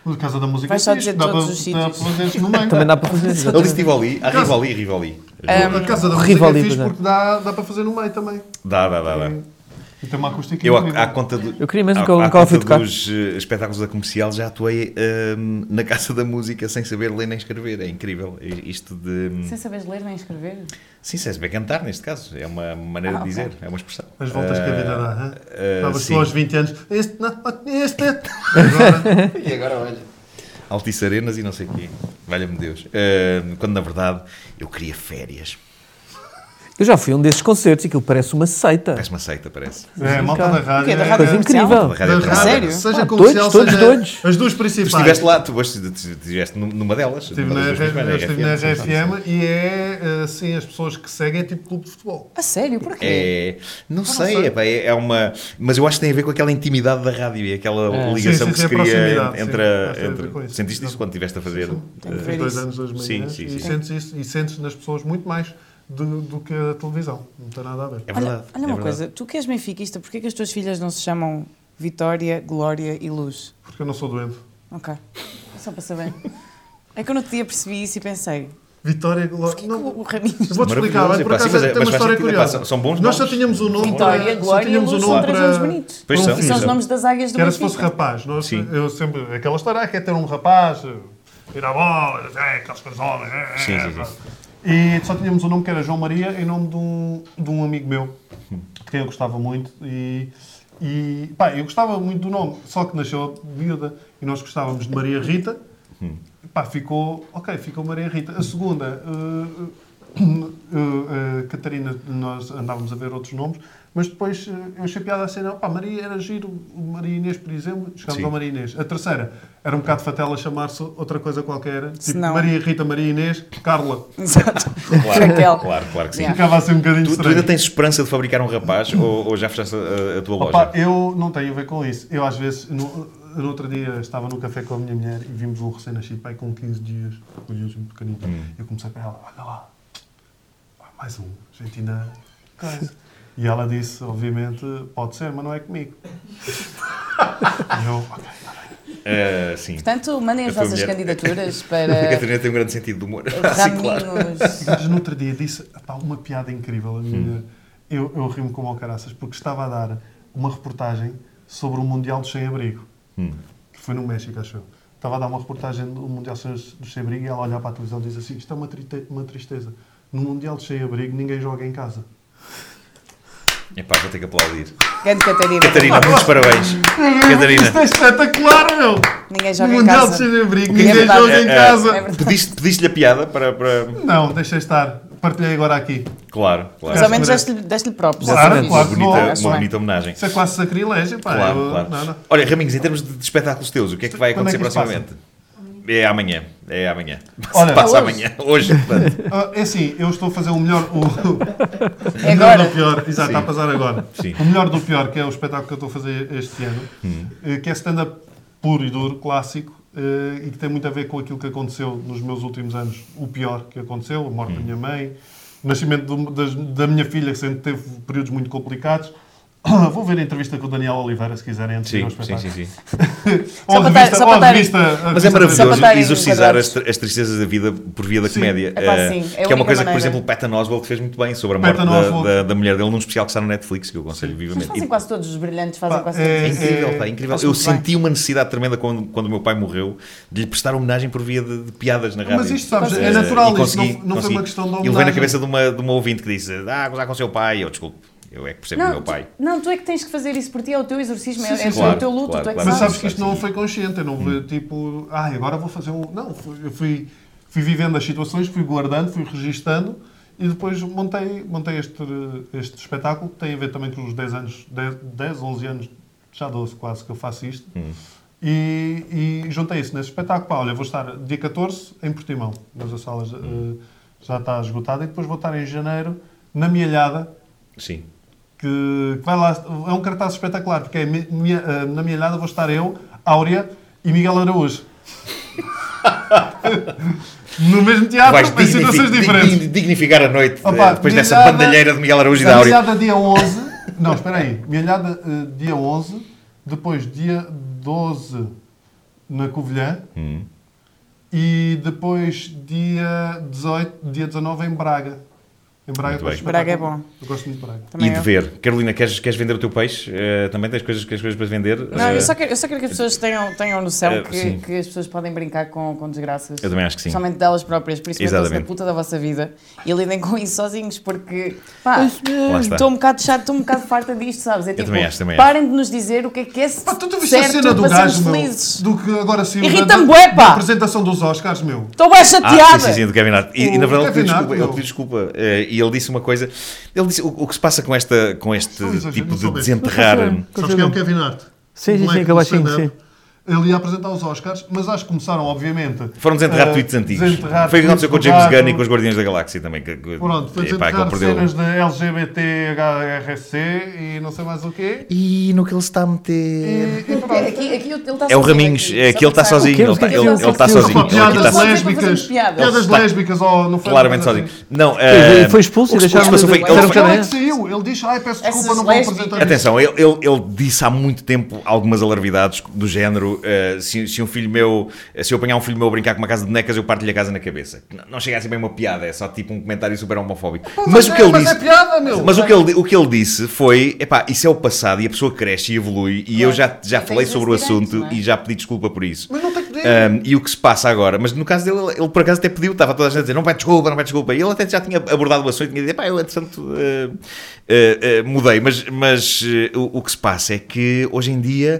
A: No Casa da Música
C: Vais só
A: existe,
C: dizer
A: dá
C: todos
A: para-
C: os
A: dá
C: sítios.
A: para fazer isso no meio.
D: Também dá para
B: [LAUGHS]
D: fazer.
B: Ele
D: exatamente.
B: disse Tivoli. Ah, Rivoli, Rivoli.
A: A Casa da Música é
D: Rivoli,
A: fixe
D: pois é.
A: porque dá, dá para fazer no meio também.
B: Dá, dá, dá. dá.
D: hum,
A: E tem uma acústica
B: Eu,
A: incrível.
B: à, à conta do,
D: Eu queria mesmo
B: à-
D: que eu-
B: à
D: que ela fui
B: conta
D: tocar.
B: dos eh, espetáculos da comercial, já atuei hum, na Casa da Música sem saber ler nem escrever. É incrível. I- Isto de. hum,
C: Sem saberes ler nem escrever.
B: Sim, sem saber cantar, neste caso. É uma maneira
C: Ah,
B: de
C: ok.
B: dizer, é uma expressão.
A: As voltas que a vida dá. hã?
B: eh,
A: Estavas
B: sim.
A: tu aos 20 anos. Este, não, este. é. Agora,
C: [LAUGHS]
E: E agora olha.
B: Altice Arenas e não sei o quê. Valha-me Deus. Hum, quando na verdade eu queria férias.
D: Eu já fui a um desses concertos e aquilo parece uma seita.
B: Parece uma seita, parece.
A: é, malta da rádio.
C: quê? Da
A: é-
C: rádio
D: Coisa incrível.
B: Da Rádio
A: da
B: Atrapada.
A: rádio,
C: Sério?
A: Seja
D: Ah,
A: comercial,
D: todos,
A: seja
D: todos, todos.
A: as duas
B: Tu
A: principais.
B: estiveste lá, tu hoje estiveste num- numa delas.
A: Estive
B: numa
A: na,
B: das duas
A: RFM,
B: primeiras,
A: estive na
B: sim, sim, sim.
A: RFM e é assim, as pessoas que seguem é tipo clube de futebol.
C: A sério? Porquê?
B: É, não, sei,
A: Ah, sei.
B: é pá, É, é uma. Mas eu acho que tem a ver com aquela intimidade da rádio e aquela
A: É, Sim, sim,
B: ligação
A: sim,
B: que se
A: a
B: cria
A: proximidade,
B: entre.
A: sim.
B: a-
A: Acho que tem a ver
B: entre-
A: com isso.
B: sentiste isso quando estiveste a fazer?
C: Tem que
B: eh,
C: ver
A: Dois
C: isso.
A: anos, dois
B: Sim,
A: manhãs.
B: sim,
A: e
B: sim.
A: sentes isso e sentes nas pessoas muito mais do, do que a televisão. Não tem nada a ver.
B: É
C: Olha,
B: verdade.
C: olha
B: é
C: uma
B: verdade.
C: coisa, tu que és benfiquista, porquê que as tuas filhas não se chamam Vitória, Glória e Luz?
A: Porque eu não sou doente.
C: Ok. Só para saber. É que eu no outro dia percebi isso e pensei,
A: Vitória Glória.
C: o,
A: Não,
C: o Raminhos...
A: vou-te explicar.
B: Maravilhoso,
A: Olha, por
B: epá, sim,
A: acaso
B: mas é-
A: tem
B: mas
A: uma
B: faz
A: história
B: sentido, epá,
A: curiosa.
B: são- são bons
A: Nós só
B: nomes.
A: tínhamos um nome
C: Vitória,
A: para. Só
C: Glória e
A: tínhamos um
C: Luz
A: nome
C: são três
A: para.
C: nomes bonitos.
B: Pois
A: para um
B: são,
A: filho.
C: E são os
B: Exato.
C: nomes das águias do
A: Que era se
C: Benfica. [LAUGHS]
A: fosse rapaz. Nós,
B: Sim.
A: eu sempre, aquela história, ah, quer ter um rapaz, eh, ir à bola, é, aquelas coisas homens. é, é,
B: Sim, sim, sim.
A: é. E só tínhamos um nome que era João Maria, em nome de um, de um amigo meu, de quem eu gostava muito. E, e pá, eu gostava muito do nome, só que nasceu miúda e nós gostávamos de Maria Rita. Pá, ficou, ok, ficou Maria Rita. A segunda, eh, eh, eh, Catarina, nós andávamos a ver outros nomes, mas depois eh, eu achei piada a cena, pá, Maria era giro, Maria Inês, por exemplo, chegámos
B: Sim.
A: ao Maria Inês. A terceira, era um bocado fatela chamar-se outra coisa qualquer, tipo
C: Senão-
A: Maria Rita, Maria Inês, Carla.
C: Exato. Raquel.
B: Claro, claro, claro que sim.
C: Yeah.
A: Ficava assim um bocadinho
B: Tu, tu
A: estranho.
B: ainda tens esperança de fabricar um rapaz ou, ou já fechaste a, a tua loja?
A: Opa, eu não tenho a ver com isso. Eu, às vezes, no, no outro dia estava no café com a minha mulher e vimos um recém-nascido, pai, com 15 dias, com um muito pequenino. Eu comecei para ela, olha lá, pá, mais um, gente ainda... coisa." E ela disse, obviamente, pode ser, mas não é comigo. [LAUGHS] E eu, "Ok."
B: Eh, sim.
C: Portanto, eh, mandem as
B: A tua
C: vossas
B: mulher. [LAUGHS]
C: candidaturas
B: A
C: para
B: Catarina tem um grande sentido de humor. [LAUGHS] Sim, claro.
C: Raminhos.
A: Mas no outro dia disse "Epá, uma piada incrível. A minha
B: Hum.
A: mulher." Eu, eu rimo como ao caraças porque estava a dar uma reportagem sobre o Mundial dos Sem-Abrigo,
B: Hum.
A: que foi no México, acho eu. Estava a dar uma reportagem do Mundial dos dos Sem-Abrigo e ela olhava para a televisão e diz assim: Isto é uma, trite- uma tristeza. No Mundial dos Sem-Abrigo ninguém joga em casa.
B: Epá, vou ter que aplaudir.
C: Grande Catarina.
B: Catarina,
A: [LAUGHS]
B: muitos parabéns.
A: Isto é
B: Catarina,
A: espetacular, meu!
C: Ninguém
A: No
C: joga em
A: Mundial dos
C: casa.
A: Sem-Abrigo
C: que é
A: ninguém
C: verdade?
A: joga em
B: É, é,
A: casa.
C: É verdade.
B: pediste- pediste-lhe a piada para. para-
A: Não, deixa estar. Partilhei agora aqui.
B: Claro, claro.
C: Mas ao menos
A: Merece.
C: deste-lhe deste próprios.
A: Claro,
B: uma
A: claro que não.
B: bonita,
C: Acho
B: uma
C: bem.
B: bonita homenagem.
A: Isso é quase sacrilégio, pá.
B: Claro,
A: Eu-
B: claro.
A: Não, não.
B: Olha, Raminhos, em termos de, de espetáculos teus, o que é que vai
A: Quando é
B: acontecer
A: que isso
B: proximamente? É amanhã. É amanhã.
A: Olha,
B: Passa
A: hoje.
B: amanhã. Hoje,
A: [LAUGHS]
B: portanto.
A: Ah, é assim, eu estou a fazer o melhor. O, [LAUGHS] o
C: É
A: melhor
C: agora.
A: do pior. Exato, está a passar agora.
B: Sim. Hum.
A: O melhor do pior, que é o espetáculo que eu estou a fazer este ano, eh, que é stand-up puro e duro, clássico, eh, e que tem muito a ver com aquilo que aconteceu nos meus últimos anos. O pior que aconteceu, a
B: Hum.
A: morte da minha mãe, o nascimento do- das- da minha filha, que sempre teve períodos muito complicados. [COUGHS] Vou ver a entrevista com o Daniel Oliveira, se quiserem, antes de ir ao
B: Sim, sim,
A: é um espetáculo.
B: sim, sim.
A: [LAUGHS] Ou a
C: para estar-
A: revista,
C: só
A: ou
C: para
A: a
C: estar-
A: revista. a
B: Mas é
A: revista-
C: Só para
B: maravilhoso
C: estarem
B: exorcizar as,
C: enquadrados.
B: tr- as tristezas da vida por via da comédia.
C: Epá,
B: eh,
C: sim, é a
B: que é uma
C: única
B: coisa que, por
C: maneira.
B: exemplo, o Patton Oswalt fez muito bem sobre a morte
A: Patton
B: da,
A: Oswalt.
B: da, da mulher dele num especial que está no Netflix, que eu aconselho
C: Mas
B: vivamente.
C: fazem
B: E-
C: quase todos os brilhantes, fazem
A: Pá,
C: quase
A: é-
B: É
C: todos.
B: incrível, pá, é incrível.
C: Acho
B: Eu
C: muito bem.
B: senti uma necessidade tremenda quando, quando o meu pai morreu de lhe prestar homenagem por via de, de piadas na rádio.
A: Mas isto, sabes,
B: Eh,
A: é natural,
B: e
A: isto não- não foi uma questão de
B: E levei na
A: homenagem.
B: cabeça de uma, de uma ouvinte que disse: Ah, a gozar com o seu pai. Eu, desculpe, eu é que percebo o
C: Não,
B: meu pai.
C: Tu, não, tu é que tens que fazer isso por ti, é o teu exorcismo, é, é
B: Claro,
C: o teu luto,
B: claro,
C: tu é que
B: claro.
A: Mas
C: sabes.
A: sabes que isto não foi consciente, eu não fui tipo, ah, agora vou fazer um. Não, fui- eu fui, fui vivendo as situações, fui guardando, fui registando e depois montei, montei este, este espetáculo que tem a ver também com os 10 anos, 10, 10 11 anos de já 12 quase que eu faço isto. E, e juntei isso nesse espetáculo. Pá, olha, vou estar dia 14 em Portimão, mas a sala já, eh, já está esgotada. E depois vou estar em janeiro na Mialhada,
B: Sim.
A: que, que vai lá. É um cartaz espetacular, porque é mi- minha- eh, na Mialhada vou estar eu, Áurea e Miguel Araújo. [LAUGHS] no mesmo teatro,
B: Vais
A: Ah, em situações
B: dignifi-
A: diferentes.
B: digni- dignificar a noite
A: Opa, ah,
B: eh, depois dessa
A: milhada-
B: bandalheira de Miguel Araújo e da
A: A
B: Áurea.
A: milhada dia 11. Não, espera aí. Milhada eh, dia 11. Depois dia 12 na Covilhã.
B: Hum.
A: E depois dia 18, dia 19 em Braga. Em Braga,
B: Muito
A: gosto
B: bem.
A: de
C: Braga é
A: espetáculo.
C: bom.
A: Eu gosto muito de Braga.
B: E
C: Também
B: de
C: eu.
B: ver. Carolina, queres, queres vender o teu peixe? Eh, também tens coisas, queres coisas para vender?
C: Não,
B: Eh,
C: eu só, quero, eu só quero que as pessoas tenham, tenham noção
B: Eh,
C: que,
B: sim.
C: que as pessoas podem brincar com, com desgraças.
B: Eu também acho que sim.
C: Principalmente delas próprias, principalmente da
B: Exatamente.
C: puta da vossa vida. E lidem com isso sozinhos, porque pá,
A: é.
B: Lá está.
C: estou um bocado chato, estou um bocado farta disto, sabes? É tipo,
B: também acho, também acho.
C: parem de nos dizer o que é que é
A: Pá, tu, tu viste
C: certo
A: a cena do
C: para
A: gajo,
C: sermos
A: meu,
C: felizes.
A: do que agora se
C: Irrita-me
A: da-
C: bué, pá.
A: da apresentação dos Oscars, meu.
C: Estou bem chateada!
B: Ah, sim, sim, sim, do Kevin Hart. E, e, na
A: O
B: verdade ele
A: Kevin
B: pediu
A: Hart,
B: desculpa, ele
A: não.
B: pediu desculpa, eh, e ele disse uma coisa. Ele disse o, o que se passa com, esta, com este
A: Não exagero,
B: tipo
A: não
B: de
A: soubeste.
B: desenterrar.
A: [LAUGHS] Sabes quem é o Kevin Hart?
D: Sim,
A: Um
D: sim, sim,
A: moleque
D: aquele
A: do
D: baixinho,
A: stand-up. Ele ia apresentar os Oscars, mas acho que começaram, obviamente.
B: Foram desenterrar
A: a
B: tweets antigos.
A: Eh, desenterrar
B: Foi o que aconteceu com o
A: tweets
B: James
A: do
B: Gunn e
A: gajo.
B: com os Guardiões da Galáxia também. Que, que,
A: Pronto, foi
B: epá,
A: desenterrar
B: aquele perdeu-
A: cenas da LGBT, HRC e não sei mais o quê.
B: E no que ele está a
A: E,
B: meter.
A: e pronto.
C: É, aqui- aqui ele- ele está
B: É o
C: sozinho
B: Raminhos,
C: aqui,
B: é
C: só
B: que ele está
C: para saber.
B: sozinho.
D: O que
B: Ele está
D: ele
B: ele-
D: fez?
B: ele está
D: Ele
B: sozinho.
A: Pá,
B: Ele tá aqui
A: piadas
B: está
C: sozinho.
A: lésbicas.
C: Ele está-
A: Piadas
B: está
A: lésbicas ou não foi?
B: claramente sozinho. Não, eh,
D: Ele foi expulso
B: o
D: e
B: que se- o que se
D: deixaram
B: passou foi-
D: de-
B: ele
A: assim, Ele,
D: Era um
A: ele
B: foi-
D: o
A: é
D: cara-
A: que saiu. Ele diz, ai, peço desculpa,
C: Essas
A: não vou apresentar
C: lésbicas.
A: isto.
B: Atenção, ele, ele, ele disse há muito tempo algumas alarvidades do género: eh, se, se um filho meu, se eu apanhar um filho meu a brincar com uma casa de bonecas, eu parto-lhe a casa na cabeça. Não, não chega a ser bem uma piada, é só tipo um comentário super homofóbico.
A: mas
B: mas o que ele
A: é- mas
B: disse.
A: é piada, meu.
B: Mas o que ele, o que ele disse foi: epá, isso é o passado e a pessoa cresce e evolui. E eu já, já
C: Tens
B: falei
C: esse
B: sobre o
C: direito,
B: assunto
C: não é?
B: e já pedi desculpa por isso.
A: Mas não tem que dizer.
B: Um, e o que se passa agora, mas no caso dele, ele, ele por acaso até pediu, estava toda a gente a dizer não pede desculpa, não pede desculpa, e ele até já tinha abordado o assunto e tinha dito, pá, eu entretanto eh, eh, eh, mudei, mas, mas eh, o, o que se passa é que hoje em dia,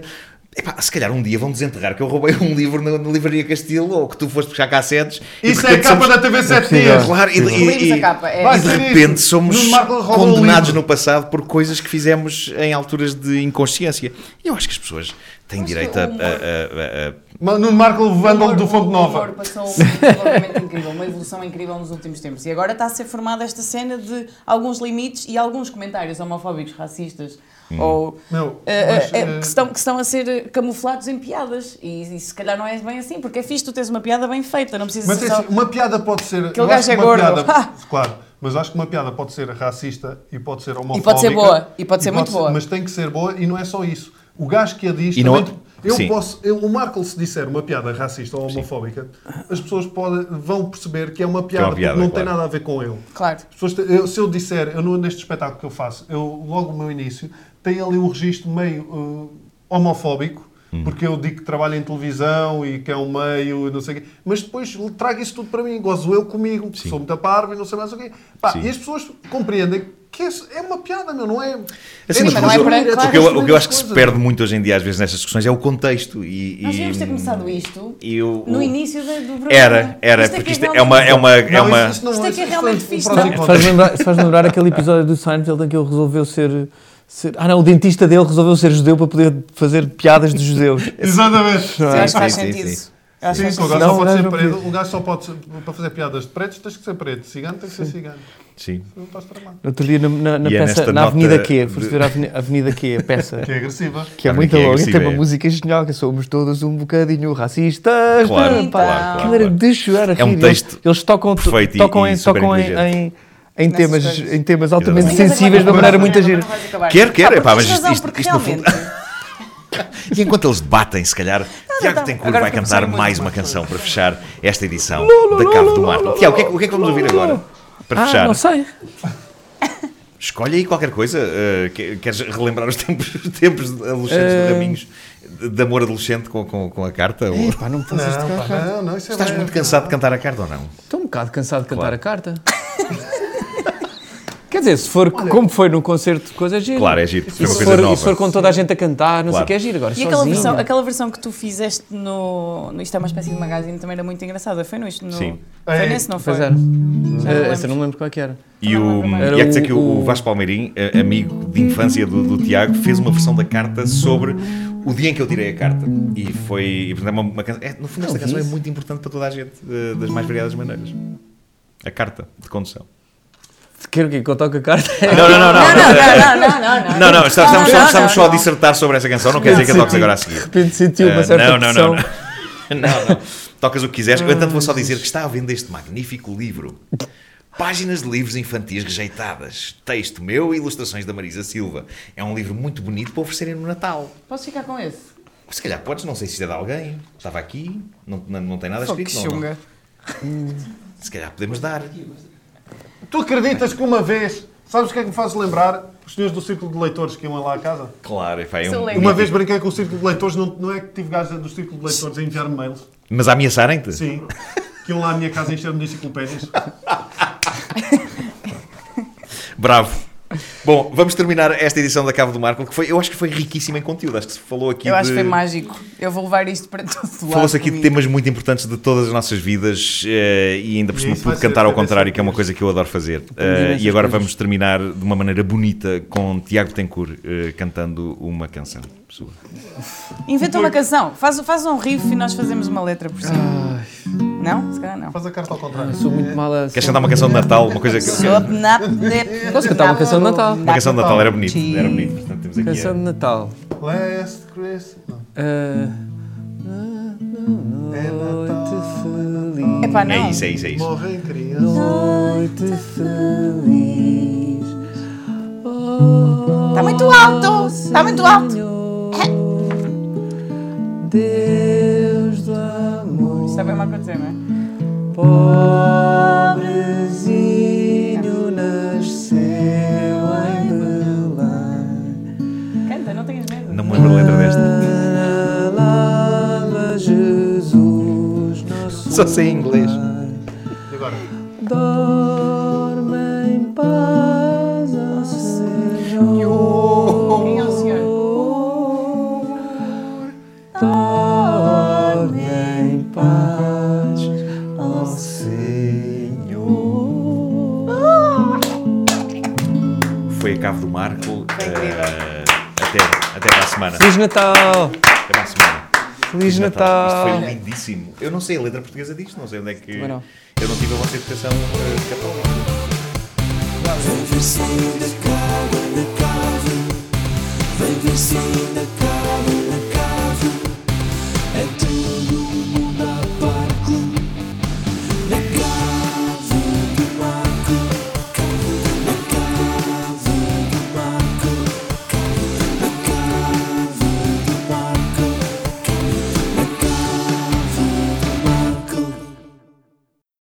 B: epá, se calhar um dia vão desenterrar que eu roubei um livro na, na Livraria Castilho ou que tu foste buscar cassetes. e
A: Isso
B: de
A: é a
B: repente
A: capa
B: somos-
A: da TV 7
D: possível.
A: dias.
B: Claro, e,
C: Roubemos
B: e-
C: a capa, é.
B: e
C: Vai
B: de
A: ser isso.
B: repente somos
A: Nuno Marco roubou o
B: condenados
A: livro.
B: no passado por coisas que fizemos em alturas de inconsciência. E eu acho que as pessoas têm
C: Acho que
B: direito a-
C: o humor-
B: a- a- a- a
A: Mas Nuno Marco levando-lhe do Fonte
C: O humor
A: Nova.
C: passou um desenvolvimento incrível, uma evolução incrível nos últimos tempos. E agora está a ser formada esta cena de alguns limites e alguns comentários homofóbicos, racistas,
B: Hum.
C: ou
A: Meu,
C: eh, eh,
A: mas,
C: eh,
A: eh,
C: que, estão, que estão a ser eh, camuflados em piadas. E, e se calhar não é bem assim, porque é fixe tu tens uma piada bem feita, não precisa
A: Mas
C: ser
A: é
C: só...
A: assim, uma piada pode ser.
C: Aquele
A: eu acho
C: gajo
A: que
C: é
A: uma
C: gordo.
A: piada- claro, mas acho que uma piada pode ser racista e pode ser homofóbica.
C: pode ser boa, e pode ser muito boa.
A: Mas tem que ser boa e não é só isso. O gajo que a diz.
B: E não
A: também-
B: é-
A: eu
B: Sim.
A: posso, eu- o Markle, se disser uma piada racista ou homofóbica, as pessoas podem, vão perceber que é uma piada, porque
B: piada,
A: não tem
B: claro.
A: nada a ver com ele.
C: Claro.
A: As pessoas te- eu- se eu disser, eu, no- neste espetáculo que eu faço, eu, logo no início, tem ali um registro meio uh, homofóbico,
B: Uhum.
A: porque eu digo que trabalho em televisão e que é um meio e não sei o quê, mas depois l- trago isso tudo para mim, gozo eu comigo, que sou muito parvo e não sei mais o quê. Pá,
B: Sim.
A: e as pessoas compreendem que isso é uma piada, meu, não é?
B: Assim,
A: é
B: mas
C: mas não é
B: o-
C: para-
A: descobrir,
C: claro.
B: o, que eu, o que eu acho que
A: descobrir
B: se
A: as
B: perde muito hoje em dia, às vezes, nestas discussões, é o contexto. E,
C: Nós
B: e-
C: devíamos ter começado isto
B: e o-
C: no
B: o-
C: início do, do programa.
B: Era, era,
C: Isto é
B: porque
C: que
B: isto é
C: realmente-
B: uma. É uma, é
A: coisas. Não,
B: uma
A: isso- isso não-
C: Isto é que é
A: isso
C: realmente
A: foi um
C: fixe,
A: prós
C: não
A: e
C: é?
A: contras.
D: Faz lembrar, faz lembrar aquele episódio do Seinfeld em que ele resolveu ser, ser- Ah não, o dentista dele resolveu ser judeu para poder fazer piadas de judeus.
A: Exatamente.
C: Eu acho que faz
B: Sim, sim,
C: sentido.
B: sim.
C: Eu acho que
A: Sim,
C: faz
A: que o gajo
C: sentido.
D: Senão
A: só
D: o
A: pode
D: gajo
A: ser
D: não
A: preto.
D: podia.
A: O gajo só pode ser, para fazer piadas de pretos, tens que ser preto. Cigano tem que ser cigano.
B: Sim.
A: Não estás tramado.
D: No outro dia na, na, na
B: E é
D: peça,
B: nesta
D: na Avenida
B: nota
D: Q, foste
B: de-
D: ver a Aveni- Avenida Q,
B: [LAUGHS]
D: a peça.
A: Que é agressiva.
D: Que é
B: Avenida
D: muito
B: Q é
D: longa, tem
B: agressiva,
D: uma
B: é.
D: música genial, que somos todos um bocadinho racistas.
B: Claro,
C: Então,
D: Pá,
B: claro,
D: aquilo
B: claro,
D: era
B: claro.
D: de chorar a
B: É um
D: rir. Eles-
B: texto
D: Eles, tocam, to-
B: perfeito e-
D: tocam,
B: e
D: em,
B: super
D: tocam em,
B: inteligente.
D: em, em
C: Nessas
D: temas,
C: coisas.
D: em temas altamente
B: Exatamente.
D: sensíveis de uma maneira
B: é
D: muito gira.
B: Quer, quer,
C: é
B: epá, mas isto-
C: razão,
B: isto-
C: porque
B: isto no fundo-
C: realmente...
B: E enquanto eles debatem, se calhar, Tiago
C: tá.
B: Tencourt
C: Agora
B: vai
C: vamos
B: cantar
C: à música.
B: mais uma canção para fechar esta edição da Cave do Mar. Tiago, o que é que- o que é que vamos ouvir agora? Para
D: Ah,
B: fechar,
D: não sei.
B: escolhe aí qualquer coisa. eh, que- queres relembrar os tempos, os tempos adolescentes de Raminhos, de, de amor adolescente com, com, com a carta? Ou...
D: Pá, não me faças de
A: Não,
D: cá.
A: pá, não, não, isso é
B: Estás
A: bem-
B: muito cansado de cantar a carta ou não?
D: Estou um bocado cansado de cantar
B: Claro.
D: a carta. [LAUGHS] Quer dizer, se for como foi no concerto de coisa gira.
B: Claro, é giro, porque foi
D: E
B: uma
D: se
B: coisa
D: for,
B: nova.
D: E se for com toda a gente a cantar, não sei
B: Claro.
D: o que é giro. Agora,
C: E aquela
D: sozinho.
C: versão, aquela versão que tu fizeste no, no. Isto é uma espécie de magazine também era muito engraçada. Foi no isto? No,
B: Sim.
C: Foi
A: É,
C: nesse, não foi?
D: Pois era.
C: Já
D: Eh,
C: não
D: essa eu
C: lembro.
D: não me lembro qual é que era.
B: E o,
C: Era
B: e há que dizer que
D: o-
B: o, o Vasco Palmeirim, eh, amigo de infância do, do Tiago, fez uma versão da carta sobre o dia em que eu tirei a carta. E foi. e, portanto, é uma, uma canção- é, no fundo, esta
D: vi
B: canção é
D: isso.
B: muito importante para toda a gente, eh, das mais variadas maneiras. A carta de condução.
D: Quero que eu toque
B: [LAUGHS]
D: a carta. É,
B: Não, não, não, não.
C: Não, não, não, não, não, não, não.
B: Não, não, está-
C: Não,
B: estamos,
C: não,
B: só, estamos
C: não,
B: só a
C: não.
B: dissertar sobre essa canção, não quer dizer que a toques agora a
D: De
B: seguir.
D: repente senti uma
B: Ah,
D: certa
B: não, não, não,
D: pressão.
B: não. [LAUGHS] Não, não. Tocas o que quiseres. Eu, entanto, vou só dizer que está à venda este magnífico livro. Páginas de livros infantis rejeitadas. Texto meu e ilustrações da Marisa Silva. É um livro muito bonito para oferecerem no Natal.
C: Posso ficar com esse?
B: Se calhar podes, não sei se isto é de alguém. Estava aqui, não, não, não tem nada
C: Só que
B: escrito. Não, não.
C: chunga.
B: Se calhar podemos dar.
A: Tu acreditas que uma vez, sabes o que é que me faz lembrar? Os senhores do Círculo de Leitores que iam lá à casa?
B: Claro, epá, é
C: Sou
B: um...
C: leiga.
A: Uma vez brinquei com o Círculo de Leitores, não, não é que tive gajos do Círculo de Leitores a enviar-me mails?
B: Mas a ameaçarem-te?
A: Sim. Que iam lá à minha casa encher-me de enciclopédias.
B: Bravo. Bom, vamos terminar esta edição da Cava do Marco, que foi, eu acho que foi riquíssima em conteúdo. Acho que se falou aqui
C: Eu
B: de...
C: acho que foi mágico. Eu vou levar isto para todo lado.
B: Falou-se aqui de
C: comigo.
B: temas muito importantes de todas as nossas vidas eh, e ainda por
A: E
B: cima
A: isso vai
B: pude
A: ser
B: cantar ao
A: cabeça
B: contrário, que é uma
A: de
B: coisa que eu adoro fazer. Eh,
D: imensas
B: e agora
D: coisas.
B: vamos terminar de uma maneira bonita com Tiago Tencourt eh, cantando uma canção sua.
C: Inventa uma canção. Faz, faz um riff e nós fazemos uma letra por cima. Não? Se calhar não.
A: Faz um a carta ao contrário.
D: Sou muito mal a.
B: Queres cantar uma canção de Natal? Uma coisa que.
C: Posso
D: cantar uma canção de Natal?
B: Uma canção de Natal era bonito. Era bonito. Portanto, temos aqui.
D: Canção de
B: eh,
D: Natal.
A: Last Christmas. Não. É
D: noite
A: Natal.
D: feliz.
C: Epá, não.
B: É isso, é isso, é isso.
A: Morrem crianças.
D: Noite feliz.
C: Está Tá muito alto! Está muito alto!
D: Deus do amor.
C: Isto também vai acontecer, não é?
D: Pobrezinho nasceu em Belém.
C: Canta, não tenhas medo.
B: Não me lembro a letra desta.
D: Alava Jesus, nosso
B: Só sei em inglês.
A: E agora?
D: Dorme em paz, ó Senhor.
C: Quem é o senhor?
D: Dorme em paz, ó Senhor.
B: Foi a Cave do Marco. eh, até, até para a semana.
D: Feliz Natal!
B: Até para a semana.
D: Feliz
B: Isto
D: Natal!
B: foi lindíssimo. Eu não sei a letra portuguesa disto, não sei onde é que.
D: Também não.
B: Eu não tive a vossa educação eh, católica.
F: Vem ver se ainda cabe, ainda cabe. Vem ver se ainda cabe.